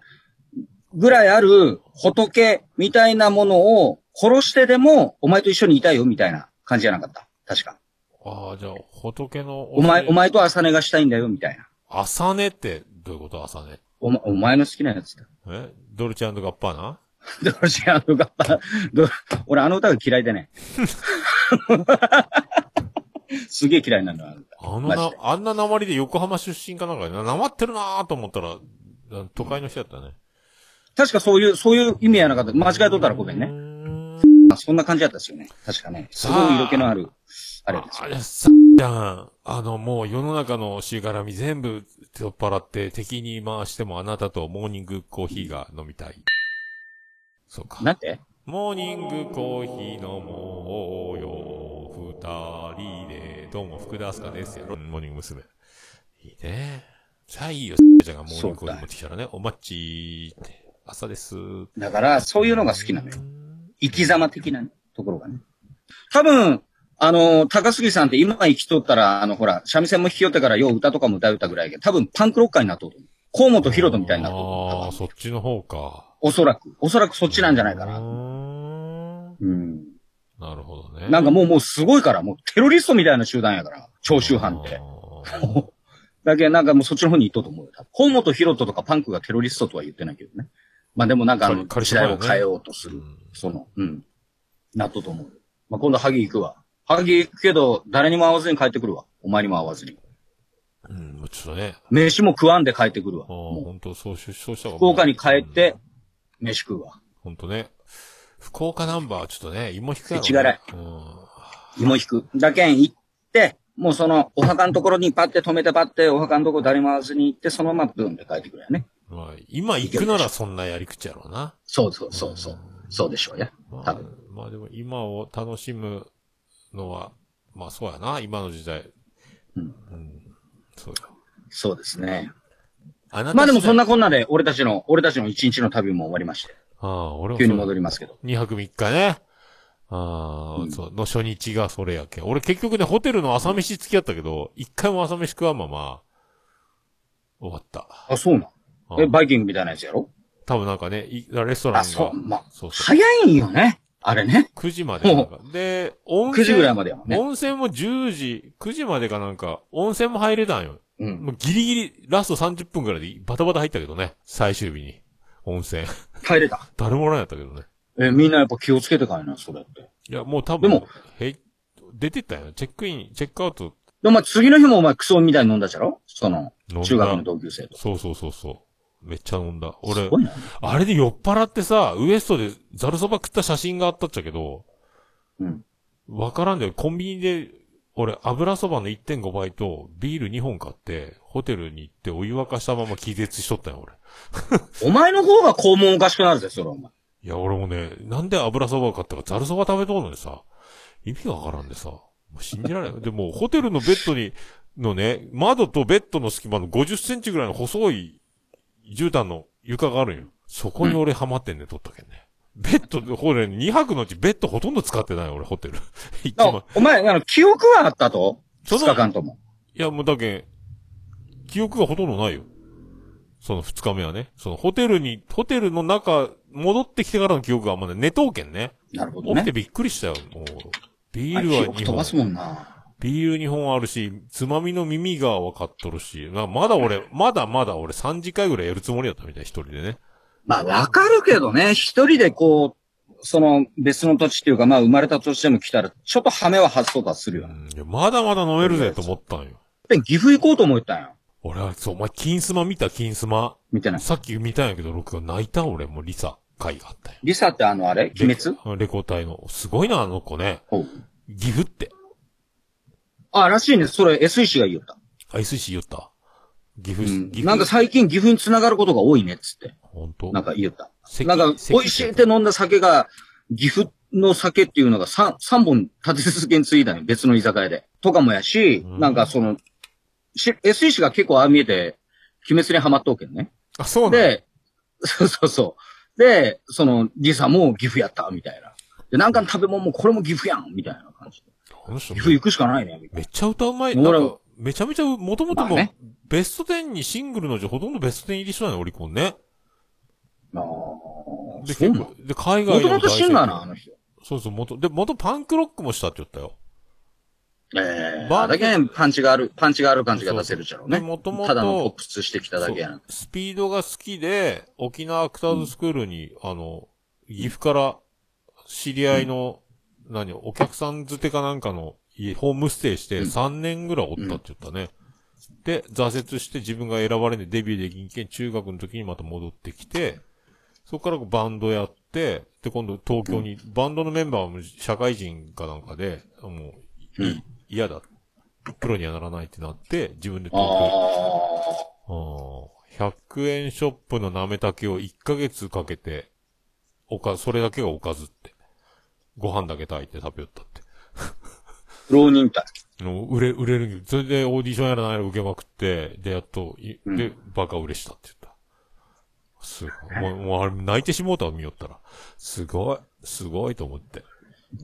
ぐらいある仏みたいなものを殺してでもお前と一緒にいたいよみたいな感じじゃなかった。確か。
あー、じゃあ、仏の、
お前、お。前と朝寝がしたいんだよみたいな。
朝寝って、どういうこと朝寝。
おま、お前の好きなやつだ。
えドルチェガッパーナ
ドルシアのガッパ、ドル俺あの歌が嫌いでね。 すげえ嫌いなのはある。
あの
マ
な
ジで、
あんな鉛で横浜出身かなんかで、ななまってるなーと思ったら、あ都会の人だったね。
確かそういう、そういう意味やなかった。間違えとったらごめん
うー
ね。
ん。
あそんな感じだったですよね。確かね。すごい色気のある、あれです
あ
よ。
れさ、じゃん。あの、もう世の中のしがらみ全部取っ払って敵に回してもあなたとモーニングコーヒーが飲みたい。そうか。
なんて
モーニングコーヒー飲もうよ、二人で。どうも、福田明日香ですやろ。モーニング娘。いいね。さあいいよ、ちゃんがモーニングコーヒー持ってきたらね、お待ちって、朝です。そ
だから、そういうのが好きなのよ。生き様的なねところがね。多分、あの、高杉さんって今生きとったら、あの、ほら、三味線も弾きよってからよう歌とかも歌うたぐらいで、多分パンクロッカーになっとる。河本ロ人みたいになっとる多
ああー、
分。
そっちの方か。
おそらく。おそらくそっちなんじゃないか
う
な。
ーん
うん。
なるほどね。
なんかもう、もうすごいから、もうテロリストみたいな集団やから、長州
あ
藩
ー、
って。 だけどなんかもうそっちの方に行っとうと思うよ。多分河本ロ人とかパンクがテロリストとは言ってないけどね。まあでもなんかあの、
カリ
時
カリスマ
代
やね
を変えようとす
う
る。
ん
その、うん。なっとと思う。まあ、今度、萩行くわ。萩行くけど、誰にも会わずに帰ってくるわ。お前にも会わずに。
うん、もうちょっとね。
飯も食わんで帰ってくるわ。
ああ、
もう
本当そうし、そうした方が
福岡に帰って、飯食うわ。
本当ね。福岡ナンバーはちょっとね、芋引くやろ、ね。
口辛い
うん。
芋引く。だけん行って、もうその、お墓のところにパッて止めてパッて、お墓のところ誰も会わずに行って、そのままブーンで帰ってくるよね。
まあ、今行くならそんなやり口やろうな。
そうそうそうそう。そうでしょうや。
ま
多
あ
分。、
まあでも今を楽しむのは、まあそうやな、今の時代。
うん
うん。そうよ。
そうですね。
あなた
まあでもそん
な。
なこんなで、俺たちの、俺たちの一日の旅も終わりまして、
ああ、俺も
急に戻
り。
りますけど。
2泊3日ね。ああ、
うん
そう、の初日がそれやけん。俺結局ね、ホテルの朝飯付き合ったけど、一回も朝飯食わんまま、終わった。
あ、そうなん。
う
え、
ん
バイキングみたいなやつやろ
多分なんかね、いレストラン
あ、
が。
そう、まあ、
そうそう。
早いんよね。あれね。
9時までなんか。で、温
9
泉。
時ぐらいまでやもんね。
温泉も10時、9時までかなんか、温泉も入れたんよ。
うん。
もうギリギリ、ラスト30分ぐらいでバタバタ入ったけどね。最終日に。温泉。
帰れた。
誰もおらんやったけどね。
え、みんなやっぱ気をつけて帰るな、それって。
いや、もう多分。
でも。
へい、出てったよ。チェックイン、チェックアウト
で、お前次の日もお前クソみたいに飲んだじゃろその、
飲んだ。
中学の同級生と。
そうそうそうそう。めっちゃ飲んだ。
す
俺、
ごいな。
あれで酔っ払ってさ、ウエストでザルそば食った写真があったっちゃけど、
うん。
わからんだよ。コンビニで、俺、油そばの1.5倍と、ビール2本買って、ホテルに行ってお湯沸かしたまま気絶しとったよ、俺。
お前の方が肛門おかしくなるぜ、それお前。
いや、俺もね、なんで油そばを買ったか、ざるそば食べとうのにさ、意味がわからんでさ、もう信じられない。でも、ホテルのベッドに、のね、窓とベッドの隙間の50センチぐらいの細い絨毯の床があるんよ。そこに俺ハマってんね、取ったけんね。ベッドで、ほら、2泊のうちベッドほとんど使ってないよ、俺、ホテル。 一
だ
番
からお前、あの、記憶はあったと
そ
?2
の
日間とも。
いや、もうだけん、記憶がほとんどないよ。その二日目はね。そのホテルに、ホテルの中、戻ってきてからの記憶があんまね、寝とうけんね。
なるほ
起
ど
きて
ね。
びっくりしたよ、もう。ビ
記
ールは
憶
2
飛ばす
本。
もんな。
ビール2本あるし、つまみの耳が分かっとるし、なまだ 俺、まだまだ俺3次会ぐらいやるつもりだったみたい、一人でね。
まあ、わかるけどね、一人でこう、その別の土地っていうか、まあ生まれた土地でも来たら、ちょっとハメは発想だする
う
よね。
んいやまだまだ飲めるぜと思ったんよ。
で、岐阜行こうと思ったんよ。
俺は、そう、お前、金スマ見た、金スマ。
見てない。
さっき見たんやけど、録画泣いた俺、もうリサ、会があったよ。
リサってあの、あれ鬼滅
滅レコ隊の。すごいな、あの子ね。
ほう。
岐阜って。
あ、らしいね。それ、S 石が言った。
あ、SC 言った。岐
う
阜、
ん
岐。阜。
なんか最近岐阜に繋がることが多いね、っつって。
本当
なんか言った。
関
なんか、
関
美味しいって飲んだ酒が、岐阜の酒っていうのが3、三本立て続けについたね。別の居酒屋で。とかもやし、
うん
なんかその、し S 石が結構ああ見えて、鬼滅にはまっとうけんね。
あ、そうなん
で、 そうそうそう。で、その、リサも岐阜やった、みたいな。で、なんかの食べ物もこれも岐阜やん、みたいな感じで。
あの人
岐阜行くしかないね、みたいな。
めっちゃ歌うまい。
俺
なんか、めちゃめちゃ、もともとも
まあ
う
ね
ベスト10にシングルのうちほとんどベスト10入りしないの、オリコンね。
ああ、
で、
そう
結
な
構
の、
で、海
もと
外でも
もとシンガーな、あ
大成
の人。
功そうそう、元、で、元パンクロックもしたって言ったよ。
ええ
バー
だけんパンチがある、パンチがある感じが出せるじゃろうね。
そうそうで元々
ただのポップスしてきただけや
そ
な
う。スピードが好きで、沖縄アクターズスクールに、あの、岐阜から、知り合いの、何、お客さんづてかなんかの家、ホームステイして3年ぐらいおったって言ったね。で、挫折して自分が選ばれんでデビューできんけん、中学の時にまた戻ってきて、そこからバンドやって、で、今度東京に、バンドのメンバーも社会人かなんかで、もう、い嫌だ。プロにはならないってなって、自分で東京
あ
あー100円ショップのなめたけを1ヶ月かけて、おか、それだけがおかずって。ご飯だけ炊いて食べよったって。
ー浪人か。
の売れ、売れるにそれでオーディションやらないの受けまくって、で、やっと、いで、バカ売れしたって言った。すごい。もう、もうあれ、泣いてしもうたわ見よったら。すごい、すごいと思って。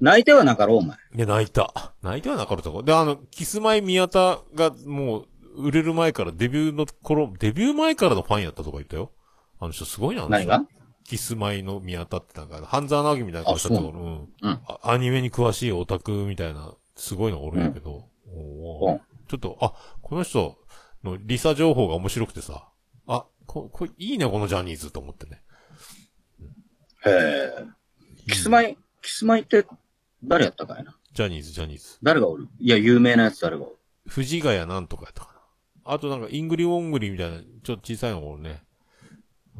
泣いてはなかろう、お前。
で、泣いた。泣いてはなかったか。で、あの、キスマイ宮田が、もう、売れる前から、デビューの頃、デビュー前からのファンやったとか言ったよ。あの人すごいな、あの人
何が
キスマイの宮田ってなんか、半沢直樹みたいな顔したところ、うん
うん
あアニメに詳しいオタクみたいな、すごいのがおるんやけど、おー
うん
ちょっと、あ、この人のリサ情報が面白くてさ、あ、こ、これいいね、このジャニーズと思ってね。
へえ。キスマイ、キスマイって誰やったかいな。
ジャニーズ、ジャニーズ。
誰がおるいや、有名なやつ誰がおる
藤ヶ谷なんとかやったかな。あとなんか、イングリオングリみたいな、ちょっと小さいのがおるね。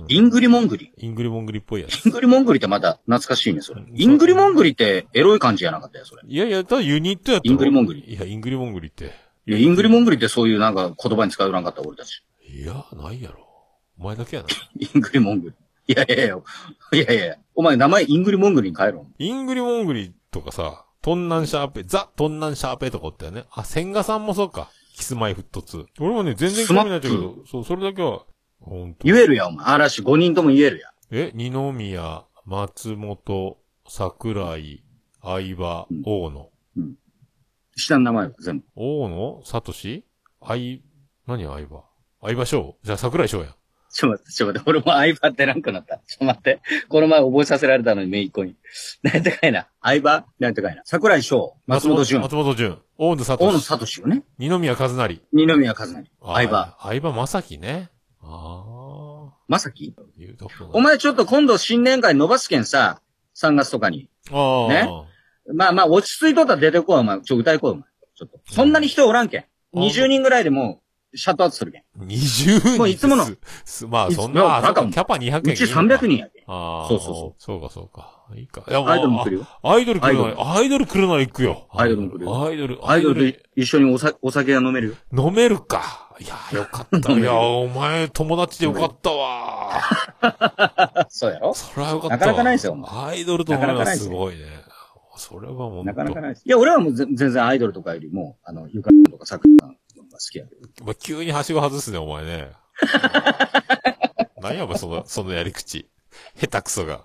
イングリモングリ。
イングリオングリっぽいやつ。
イングリモングリってまだ懐かしいね、それ
うん。
イングリモングリってエロい感じやなかったよ、それ。
いやいや、ただユニットやったろ
イングリモングリ
いや、イングリモングリって。
いやイングリモングリってそういうなんか言葉に使うらんかった、俺たち。
いや、ないやろ。お前だけやな。
イングリモングリ。いやいやいや、いやいやいや、お前名前イングリモングリに変えろ。
イングリモングリとかさ、トンナンシャーペ、ザ・トンナンシャーペとかおったよね。あ、千賀さんもそうか。キスマイフットツー。俺もね、全然興味ないんだけ
スマ
ど、そう、それだけは、ほんと。
言えるや、お前。嵐5人とも言えるや。
え、二宮、松本、桜井、相葉、大野。
下の名前は全部。
大野さとし相、何相葉相葉翔じゃあ桜井翔や。
ちょっと待って、ちょっと待って、俺も相葉ってなんくなった。ちょっと待って、この前覚えさせられたのに、めいっ子に。なんてかいな。相葉なんてかいな。桜井翔、松本潤、
松本潤。大野さ
大
と
野
し。
聡よね。
二宮和也。
二宮和也、相葉、。
相葉正樹ね。ああ。
まさき
言うとこ
お前ちょっと今度新年会伸ばすけんさ、3月とかに。
ああ。
ねまあまあ、落ち着いとったら出てこい、お前。ちょ、歌いこい、お前。ちょっと。そんなに人おらんけん。
うん
20人ぐらいでもう、シャットアウトするけん。
20人。
もういつもの
す。すまあ、
いつ
そん
い
な、
や
あそう
バカ
かキャパ200円。
うち300。人やけん。
ああ。。
そうそうそう
そうか、そうか。いいか。いや、もう
アイドルも来るよ。
アイドル来るなら、アイドル来るなら行くよ。
アイドルも来るよ
アイドル、
アイドルと一緒におさお酒が飲めるよ。
飲めるか。いや、よかった。
飲める
いや、お前、友達でよかったわ。
そうやろ
それはよかったわ。
なかなかないですよお
アイドルと飲めるのはすごいね。それはもう、
なかなかないです。いや、俺はもうぜ全然アイドルとかよりも、あの、ゆかさんとかさくらさんが好きやけど。
お前急にはしご外すね、お 前ね。何や、お前、その、そのやり口。下手くそが。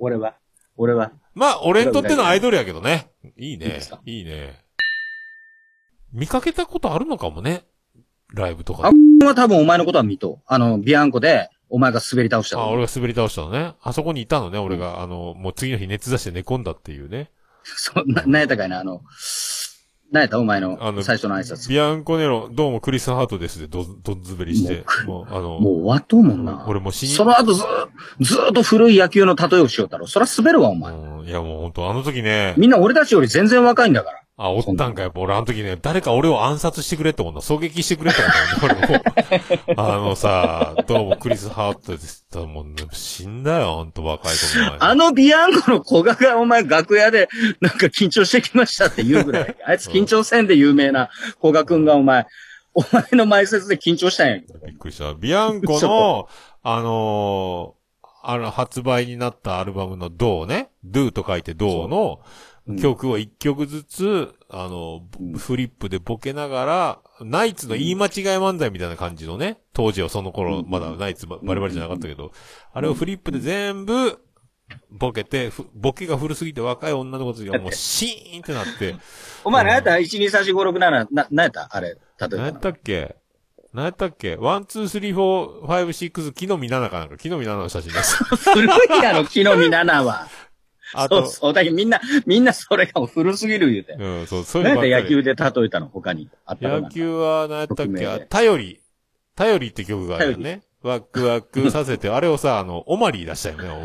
俺は、俺は、
まあ、俺にとってのアイドルやけどね。いい
いい
ね
ですか。
いいね。見かけたことあるのかもね。ライブとか
あ
で。
俺は多分お前のことは見とう。あの、ビアンコで、お前が滑り倒したと
あ、
思う。
俺が滑り倒したのね。あそこにいたのね、俺が。あの、もう次の日熱出して寝込んだっていうね。
そう、な、なんやったかいな、あの、なんやったお前
あの
の最初の挨拶。
ビアンコネロ、どうもクリス・ハートですで、ど、どんずべりして。もう、あの、
もう終わっとうもんな。
俺も死に
その後ずー、ずーっと古い野球の例えをしよったろ。そら滑るわ、お前。
うん、いやもう本当あの時ね、
みんな俺たちより全然若いんだから。
あ、おったんか、やっぱ俺あの時ね、誰か俺を暗殺してくれって思った。狙撃してくれって思った。俺も。あのさ、どうもクリス・ハートですって言ったらもうね死んだよ、ほんと若い子の前で。
あのビアンコの古賀がお前楽屋でなんか緊張してきましたって言うぐ らい。あいつ緊張せんで有名な古賀くんがお前、お前の前説で緊張したんやけど。
びっくりした。ビアン コの
そ、
あのーあの、発売になったアルバムのドーね、ドゥと書いてドーの
うん
曲を一曲ずつ、あの、ぼフリップでボケながら、ナイツの言い間違い漫才みたいな感じのね、当時はその頃、まだナイツばバリバリじゃなかったけど、あれをフリップで全部、ボケて、ふボケが古すぎて若い女の子たちがもうシーンってなって、
お前何やった ?1,2,3,4,5,6,7, な、何やったあれ、例え
何や
ば
っ
の。
たっけ何やったっけワン、ツー、スリー、フォー、ファイブ、シックス、木の実7かなんか、木の実7の写 真です。
古いやろ、木の実7は。
あ
そう
と、
そう。だけどみんな、みんなそれが古すぎる言うて。
うん、そう、そういうのば
何
っ
や
か
った野球
り。
で例えたの他に。あったかな
野球は何やったっ
匿名
け
で
あ頼り。頼りって曲があるよね。ワクワクさせて、あれをさ、あの、オマリー出したよね、 お前。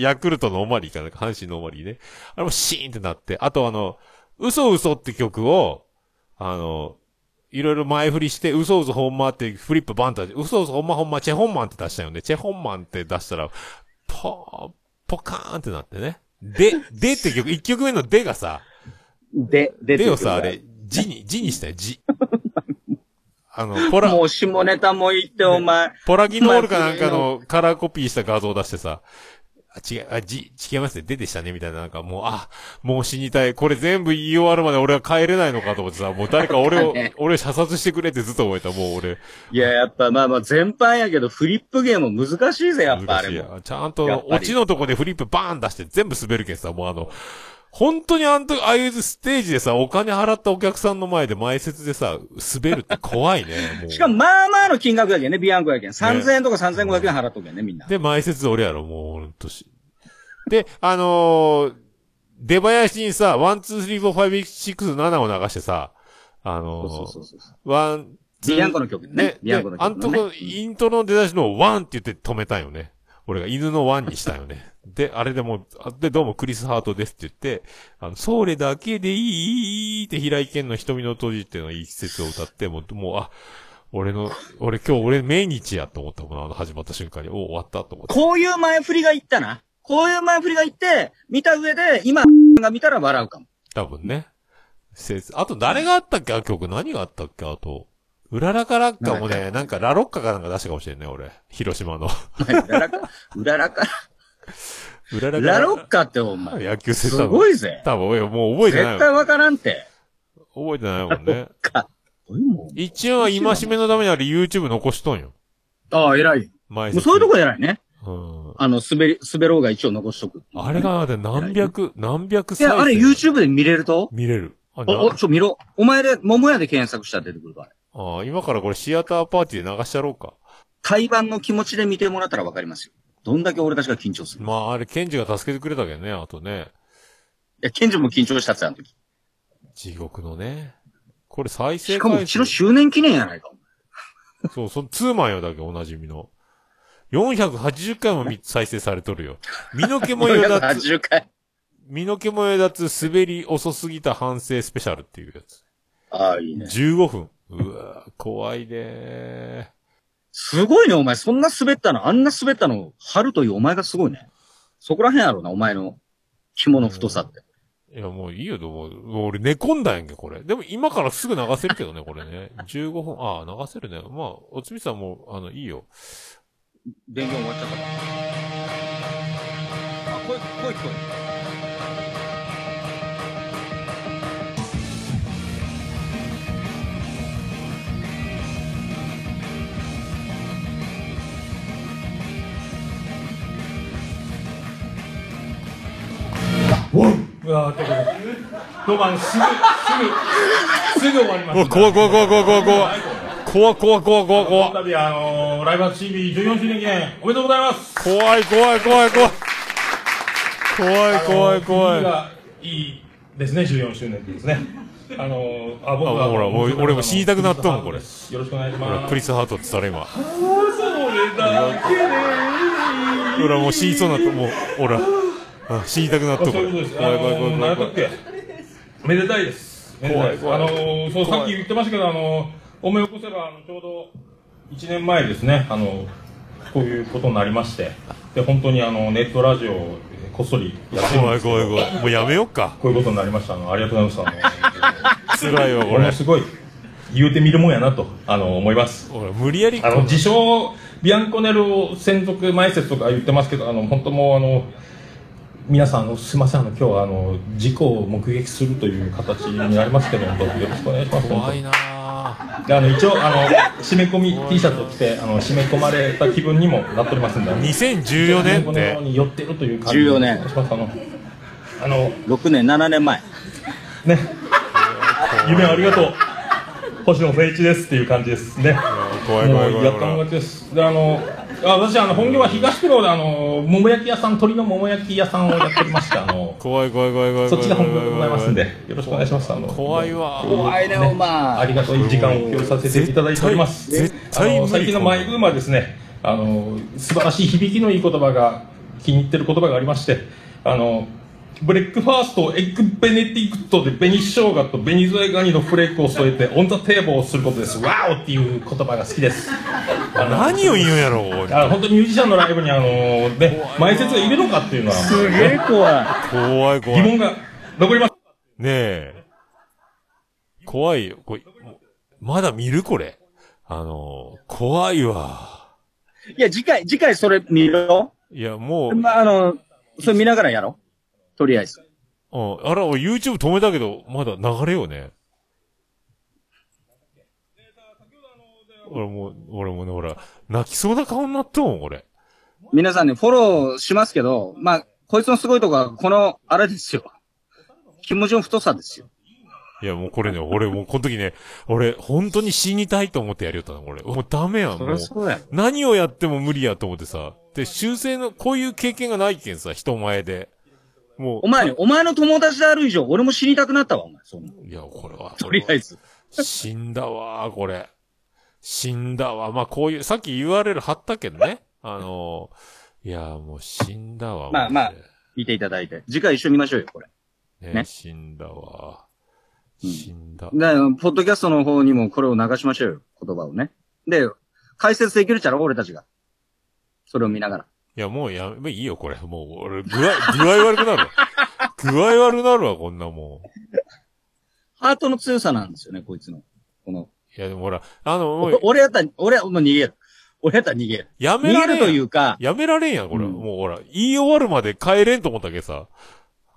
やヤクルトのオマリーかなんか、阪神のオマリーね。あれもシーンってなって、あとあの、嘘嘘って曲を、あの、いろいろ前振りして、嘘嘘ほんまってフリップバンって出して、嘘嘘ほんまほんま、チェホンマンって出したよね。チェホンマンって出したら、ポー、ポカーンってなってね。で、でって曲、一曲目のでがさ、
で、で
でをさ、あれ、字に、字にしたよ、字。あの、ポラ、
もう下ネタも言って、お前。
ポラギノールかなんかのカラーコピーした画像を出してさ、あ、違う、あ、じ、違いますね、出てしたね、みたいな、なんかもう、あ、もう死にたい、これ全部言い終わるまで俺は帰れないのかと思ってさ、もう誰 か俺を、俺を射殺してくれってずっと思えた、もう俺。
いや、やっぱまあまあ全般やけど、フリップゲーム難しいぜ、やっぱあ
難
れ
しい
も。
や。ちゃん
や
と
っ、ぱり
オチのとこでフリップバーン出して全部滑るけんさ、もうあの、本当にあの時、ああいうステージでさ、お金払ったお客さんの前で前説でさ、滑るって怖いね、もう。
しかも、まあまあの金額やけんね、ビアンコやけん。3000円とか3500円払っとけんね、みんな。
で、前説俺やろ、もう、ほんとし。で、あのー、出囃子にさ、ワン、ツー、スリー、フォー、ファイブ、シックス、7を流してさ、あ
そうそ
の
うそうそう。
ー、ワン、ツー、
ビアンコの曲ね
ね、
ビアンコの曲
あ
の
ん
ね
とこ、イントロの出だしのワンって言って止めたんよね。俺が犬のワンにしたよね。で、あれでもう、あで、どうもクリス・ハートですって言って、あの、それだけでいいって平井堅の瞳の閉じっていうのを一節を歌って、もう、もう、あ、俺の、俺今日俺命日やと思ったもん、あの、始まった瞬間に、お終わったと思って。
こういう前振りが言ったな。こういう前振りが言って、見た上で、今、が見たら笑うかも。
多分ね。せつあと誰があったっけあの曲何があったっけあと。うららかラッカもね、なんかラロッカかなんか出したかもしれんね、俺。広島の。
うららか、うららか、
うららか
ラロッカってお前。
野球せ
す
たの。
ごいぜ。
多分、俺もう覚えてな
絶
い
対わからんて。
覚えてないもんね。
か。おいもう
一応、今しめのためにあれ YouTube 残しとんよ。
ああ、偉い。
前
もうそういうと
こ、
こ偉いね。
うん
あの、滑り、滑ろうが一応残しとく。
あれが、で何百、何百
いや、あれ
再生
YouTube で見れると
見れる。あ、な
お、お、ちょ、見ろ。お前で、桃屋で検索したら出てくるから。
あ今からこれシアターパーティーで流しちゃろうか。
対バンの気持ちで見てもらったらわかりますよ。どんだけ俺たちが緊張する。い
まあ、あれ、ケンジが助けてくれたけどね、あとね。
や、ケンジも緊張したっつあの時。
地獄のね。これ再生
しかもう
回
ち
数
の。周年記念やないか。
そう、そのツーマンよだけおなじみの。480回 もみ再生されとるよ。身の毛もよだつ、
480回。
身の毛もよだつ滑り遅すぎた反省スペシャルっていうやつ。
ああ、いいね。
15分。うわ怖いね
すごいね、お前。そんな滑ったの、あんな滑ったの、春というお前がすごいね。そこら辺やろうな、お前の肝の太さって。
いや、もういいよ、でも、もう俺寝込んだんやんけ、これ。でも今からすぐ流せるけどね、これね。15分、ああ、流せるね。まあ、おつみさんも、あの、いいよ。
電源終わっちゃったから。あ、声、声聞こ
うわーってことロマンすぐすぐすぐ終わります
怖い怖い怖い怖い怖い怖い。怖い怖い怖い怖い怖い
こ。の度あのー、ライバー TV14 周年記念おめでとうございます
怖い怖い怖い怖い。怖い怖い
あ
怖い。
のー
も
がいいですね14周年ってですねあのー、あ僕
あ
は
ほらもう俺も知りたくなったもん
あの
これ
よろしくお願いしま
う
す
クリス・ハートって言ったら今。
それだけで
俺はもう死にそうになった、もう、俺は。あ死にたくなった
あ
こ
そう
れ
いうことです
怖い怖い
あのー
怖い怖い。
何やったっけめでたいですめでたいです
怖い怖い
あのー、そうさっき言ってましたけどあのー、思い起こせばあのちょうど1年前ですねあのー、こういうことになりましてで本当にあのネットラジオをこっそりやってるん
怖
で
い
すけど
怖い怖い。もうやめよっか。
こういうことになりましたあのありがとうございましたあのー
辛いわ、こ
これ
れ
も。すごい言うてみるもんやなとあの思います
俺、無理やり。
あの自称ビアンコネルを専属前説とか言ってますけどあの本当もうあの皆さんあのすいませんあの今日はあの事故を目撃するという形になりますけど本当よろしくお願いします
怖い
本
なぁ。
当であの一応あの締め込み T シャツを着てあの締め込まれた気分にもなっておりますんであの
2014年
こ
っ
のよう
て、
に寄ってるという感じ
14年
お願いしますあのあの
え。6年、7年前。
ね夢をありがとう星野誠一ですっていう感じですね
怖い
も
怖いう怖い
やったもん
怖
勝
い。
ちです。で、あの、あ私、あの、本業は東区の、あの、桃焼き屋さん、鶏の桃焼き屋さんをやっておりまして、あの、
怖い怖い怖い怖い怖い。
そっちが本業でございますんで、よろしくお願いします。あの、
怖いわ。
怖いね、お
あ
前。
りがとう時間を共有させていただいております。
絶対絶対
あの
無理
最近のマイブームはですね、あの、素晴らしい響きのいい言葉が、気に入ってる言葉がありまして、あの、ブレックファーストをエッグベネディクトで紅生姜と紅添えガニのフレークを添えてオンザテーブルをすることですワオっていう言葉が好きですあの
何を言うんやろおい
あの本当にミュージシャンのライブにあのね前説がいるのかっていうのは
すげえ怖い。
怖い怖
疑
い。ね
問が残ります
え。怖いよ。これまだ見るこれ。あのー、怖いわ。
いや、次回、次回それ見ろ。
いや、もう、うん、
まあ、あの、それ見ながらやろ。とりあえず。
あら、俺 YouTube 止めたけど、まだ流れよね。俺もう、俺もね、ほら、泣きそうな顔になったもん、俺。
皆さんね、フォローしますけど、まあ、こいつのすごいとこは、この、あれですよ。気持ちの太さですよ。
いや、もうこれね、俺もうこの時ね、俺、本当に死にたいと思ってやりよったの、俺。もうダメやん、もう。
うやろ。
何をやっても無理やと思ってさ。で、修正の、こういう経験がないけんさ、人前で。も
お前、お前の友達である以上、俺も死にたくなったわ、お前。そんな
う、いや、これは、
とりあえず。
死んだわ、これ。死んだわ。まあ、こういう、さっき URL 貼ったけどね。あのー、いや、もう死んだわ。
まあまあ
マジで
見ていただいて。次回一緒に見ましょうよ、これ。
ね
ね
死んだわ。
うん
死んだ。
で、ポッドキャストの方にもこれを流しましょうよ、言葉をね。で、解説できるちゃろ、俺たちが。それを見ながら。
いや、もうやめ、いいよ、これ。もう、俺、具合、具合悪くなるわ。具合悪くなるわ、こんなもん。
ハートの強さなんですよね、こいつの。この。
いや、でもほら、あの、も
お
う、
俺やったら、俺はもう逃げる。俺やったら逃げる。
や
逃
めら
げ
れん
る
や
と
ん
いうか、
やめられんやん、これ。
うん
もうほら、言い終わるまで帰れんと思ったけさ。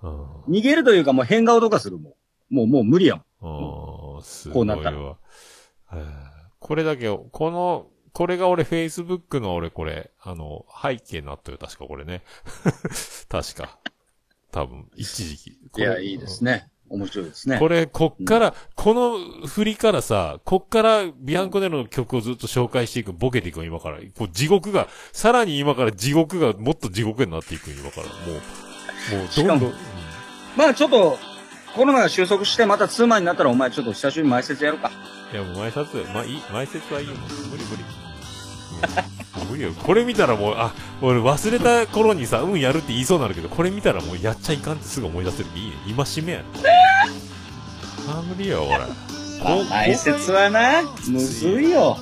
うん。
逃げるというか、もう変顔とかするもん。もう、もう無理やもん。
うん。す
こ
ご
う
い
なったら
わ。えーこれだけ、この、これが俺 Facebook の俺これ、あの、背景になったよ、確かこれね。 確か。多分、一時期。
いや、いいです
ね。
ね。面白いですね。
これ、こっから、この振りからさ、こっから、ビアンコネロの曲をずっと紹介していく、ボケていくの今から。こう、地獄が、さらに今から地獄がもっと地獄になっていく、今から。もう、もう、どんどん。
まあちょっと、コロナが収束して、またツーマンになったら、お前ちょっと久しぶりに前説やろうか。
いや、もう前説、ま、いい、前説はいいよ。もう無理無理。うん無理よ。これ見たらもう、あ、俺忘れた頃にさ、うんやるって言いそうになるけど、これ見たらもうやっちゃいかんってすぐ思い出せる。いいね。今しめやね。あ、無理よ、俺。こ
前説はな、むずいよ。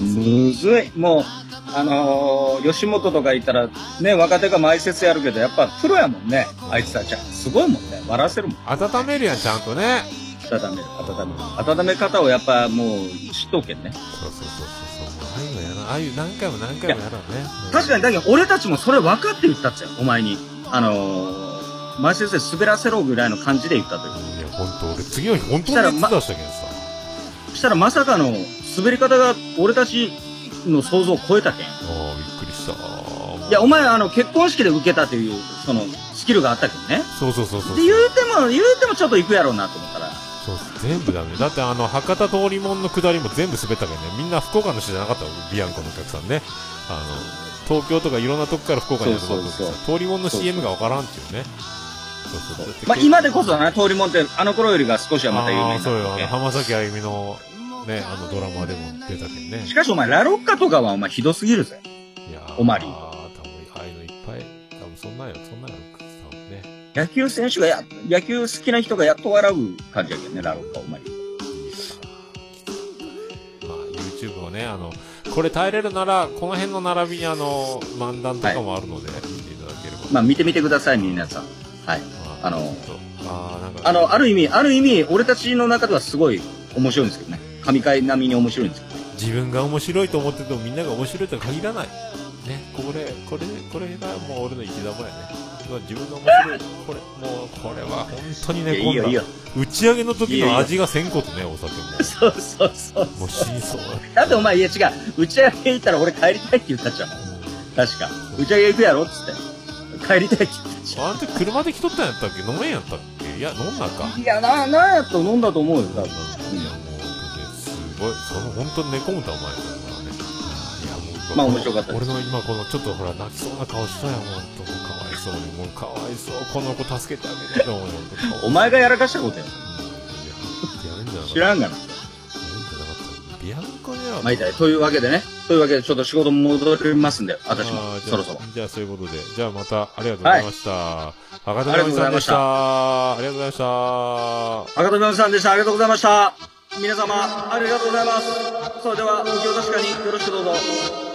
むずい。もう、あのー吉本とか行ったら、ね、若手が前説やるけど、やっぱプロやもんね。あいつたちは。すごいもんね。笑わせるもん。
温めるやん、ちゃんとね。
温める、温める。温め方をやっぱもう、知っとけんね。
そうそうそうそう。そうああいうのやら、ああいう何回も何回もやらんね。
確か
に。
に、だけど俺たちもそれ分かって言ったっちゃう。お前に。あのー、前説で滑らせろぐらいの感じで言ったという。
いや、ほんと、俺次の日本当に熱出したけどさ。
そしたらまさかの滑り方が俺たちの想像を超えたけん。
ああ、びっくりした。
いや、お前、あの、結婚式で受けたという、その、スキルがあったけどね。
そうそうそうそうそう
で、。言うても、言うてもちょっと行くやろうなと思ったら。
そう全部だね。だってあの、博多通りもんの下りも全部滑ったけどね、みんな福岡の人じゃなかったよビアンコのお客さんね。あの、東京とかいろんなとこから福岡に集まって
そうそう
さ通りもんの CM がわからんっていうね。そうそうそう。
まあ、今でこそね、通りもんって、あの頃よりが少しはまた有
あ
名
あー、
に
そうよ。
なっ
あの、
たけ
浜崎あゆみの、ね、あのドラマでも出たけどね
ど。し。かしお前、ラロッカとかはお前ひどすぎるぜ。
いやー
おまり
ああ、多分、ああいうのいっぱい。多分そんなんよ、そんなんよ。多分ね。
野球選手がや、野球好きな人がやっと笑う感じやけどね、ラロッカお前。
まあ、YouTube をね、あの、これ耐えれるなら、この辺の並びにあの、漫談とかもあるので、見ていただければ。
まあ、見てみてください、皆さん。はい。あの
ちょっと、あーなんか
あの、ある意味、ある意味、俺たちの中ではすごい面白いんですけどね。神回並みに面白いんですけど。
自分が面白いと思っててもみんなが面白いとは限らない。ね、これ、これ、これがもう俺の生き様やね。まあ自分が面白い、これ、もう、これは本当に
いや
ね、
いいよ、いいよ。
打ち上げの時の味がせんことね、お酒も。
そうそうそう。
もう死にそう。
だってお前、いや違う。打ち上げ行ったら俺帰りたいって言ったじゃん。確か。打ち上げ行くやろっつって。帰りたいって言ったじ
あん時車で来とったんやったっけ飲めんやったっけいや、飲んなか
ゃ。ん。いや、な、なんやと飲んだと思うよ、多
いやもう
分。
すごいその本当に寝込むとは思わなかったからねいやもう
まあ面白かったです
俺の今このちょっとほら泣きそうな顔したよもう本当もうかわいそうにもうかわいそうこの子助けてあげてと思うよ
お前がやらかしたことやろ。
うんいややるんじゃなかった
知らんがな。
やるんじゃなかったびビアンコネロ
まあいいだねというわけでね。というわけで、ちょっと仕事戻りますんで、私
あ
も、
ーじゃあ
そろそろ。
じゃあ、そういうことで。じゃあ、また、ありがとうございました。博多直美さんでした。ありがとうございました。
赤富美さんでした。ありがとうございました。皆様、ありがとうございます。それでは、お気を確かによろしくどうぞ。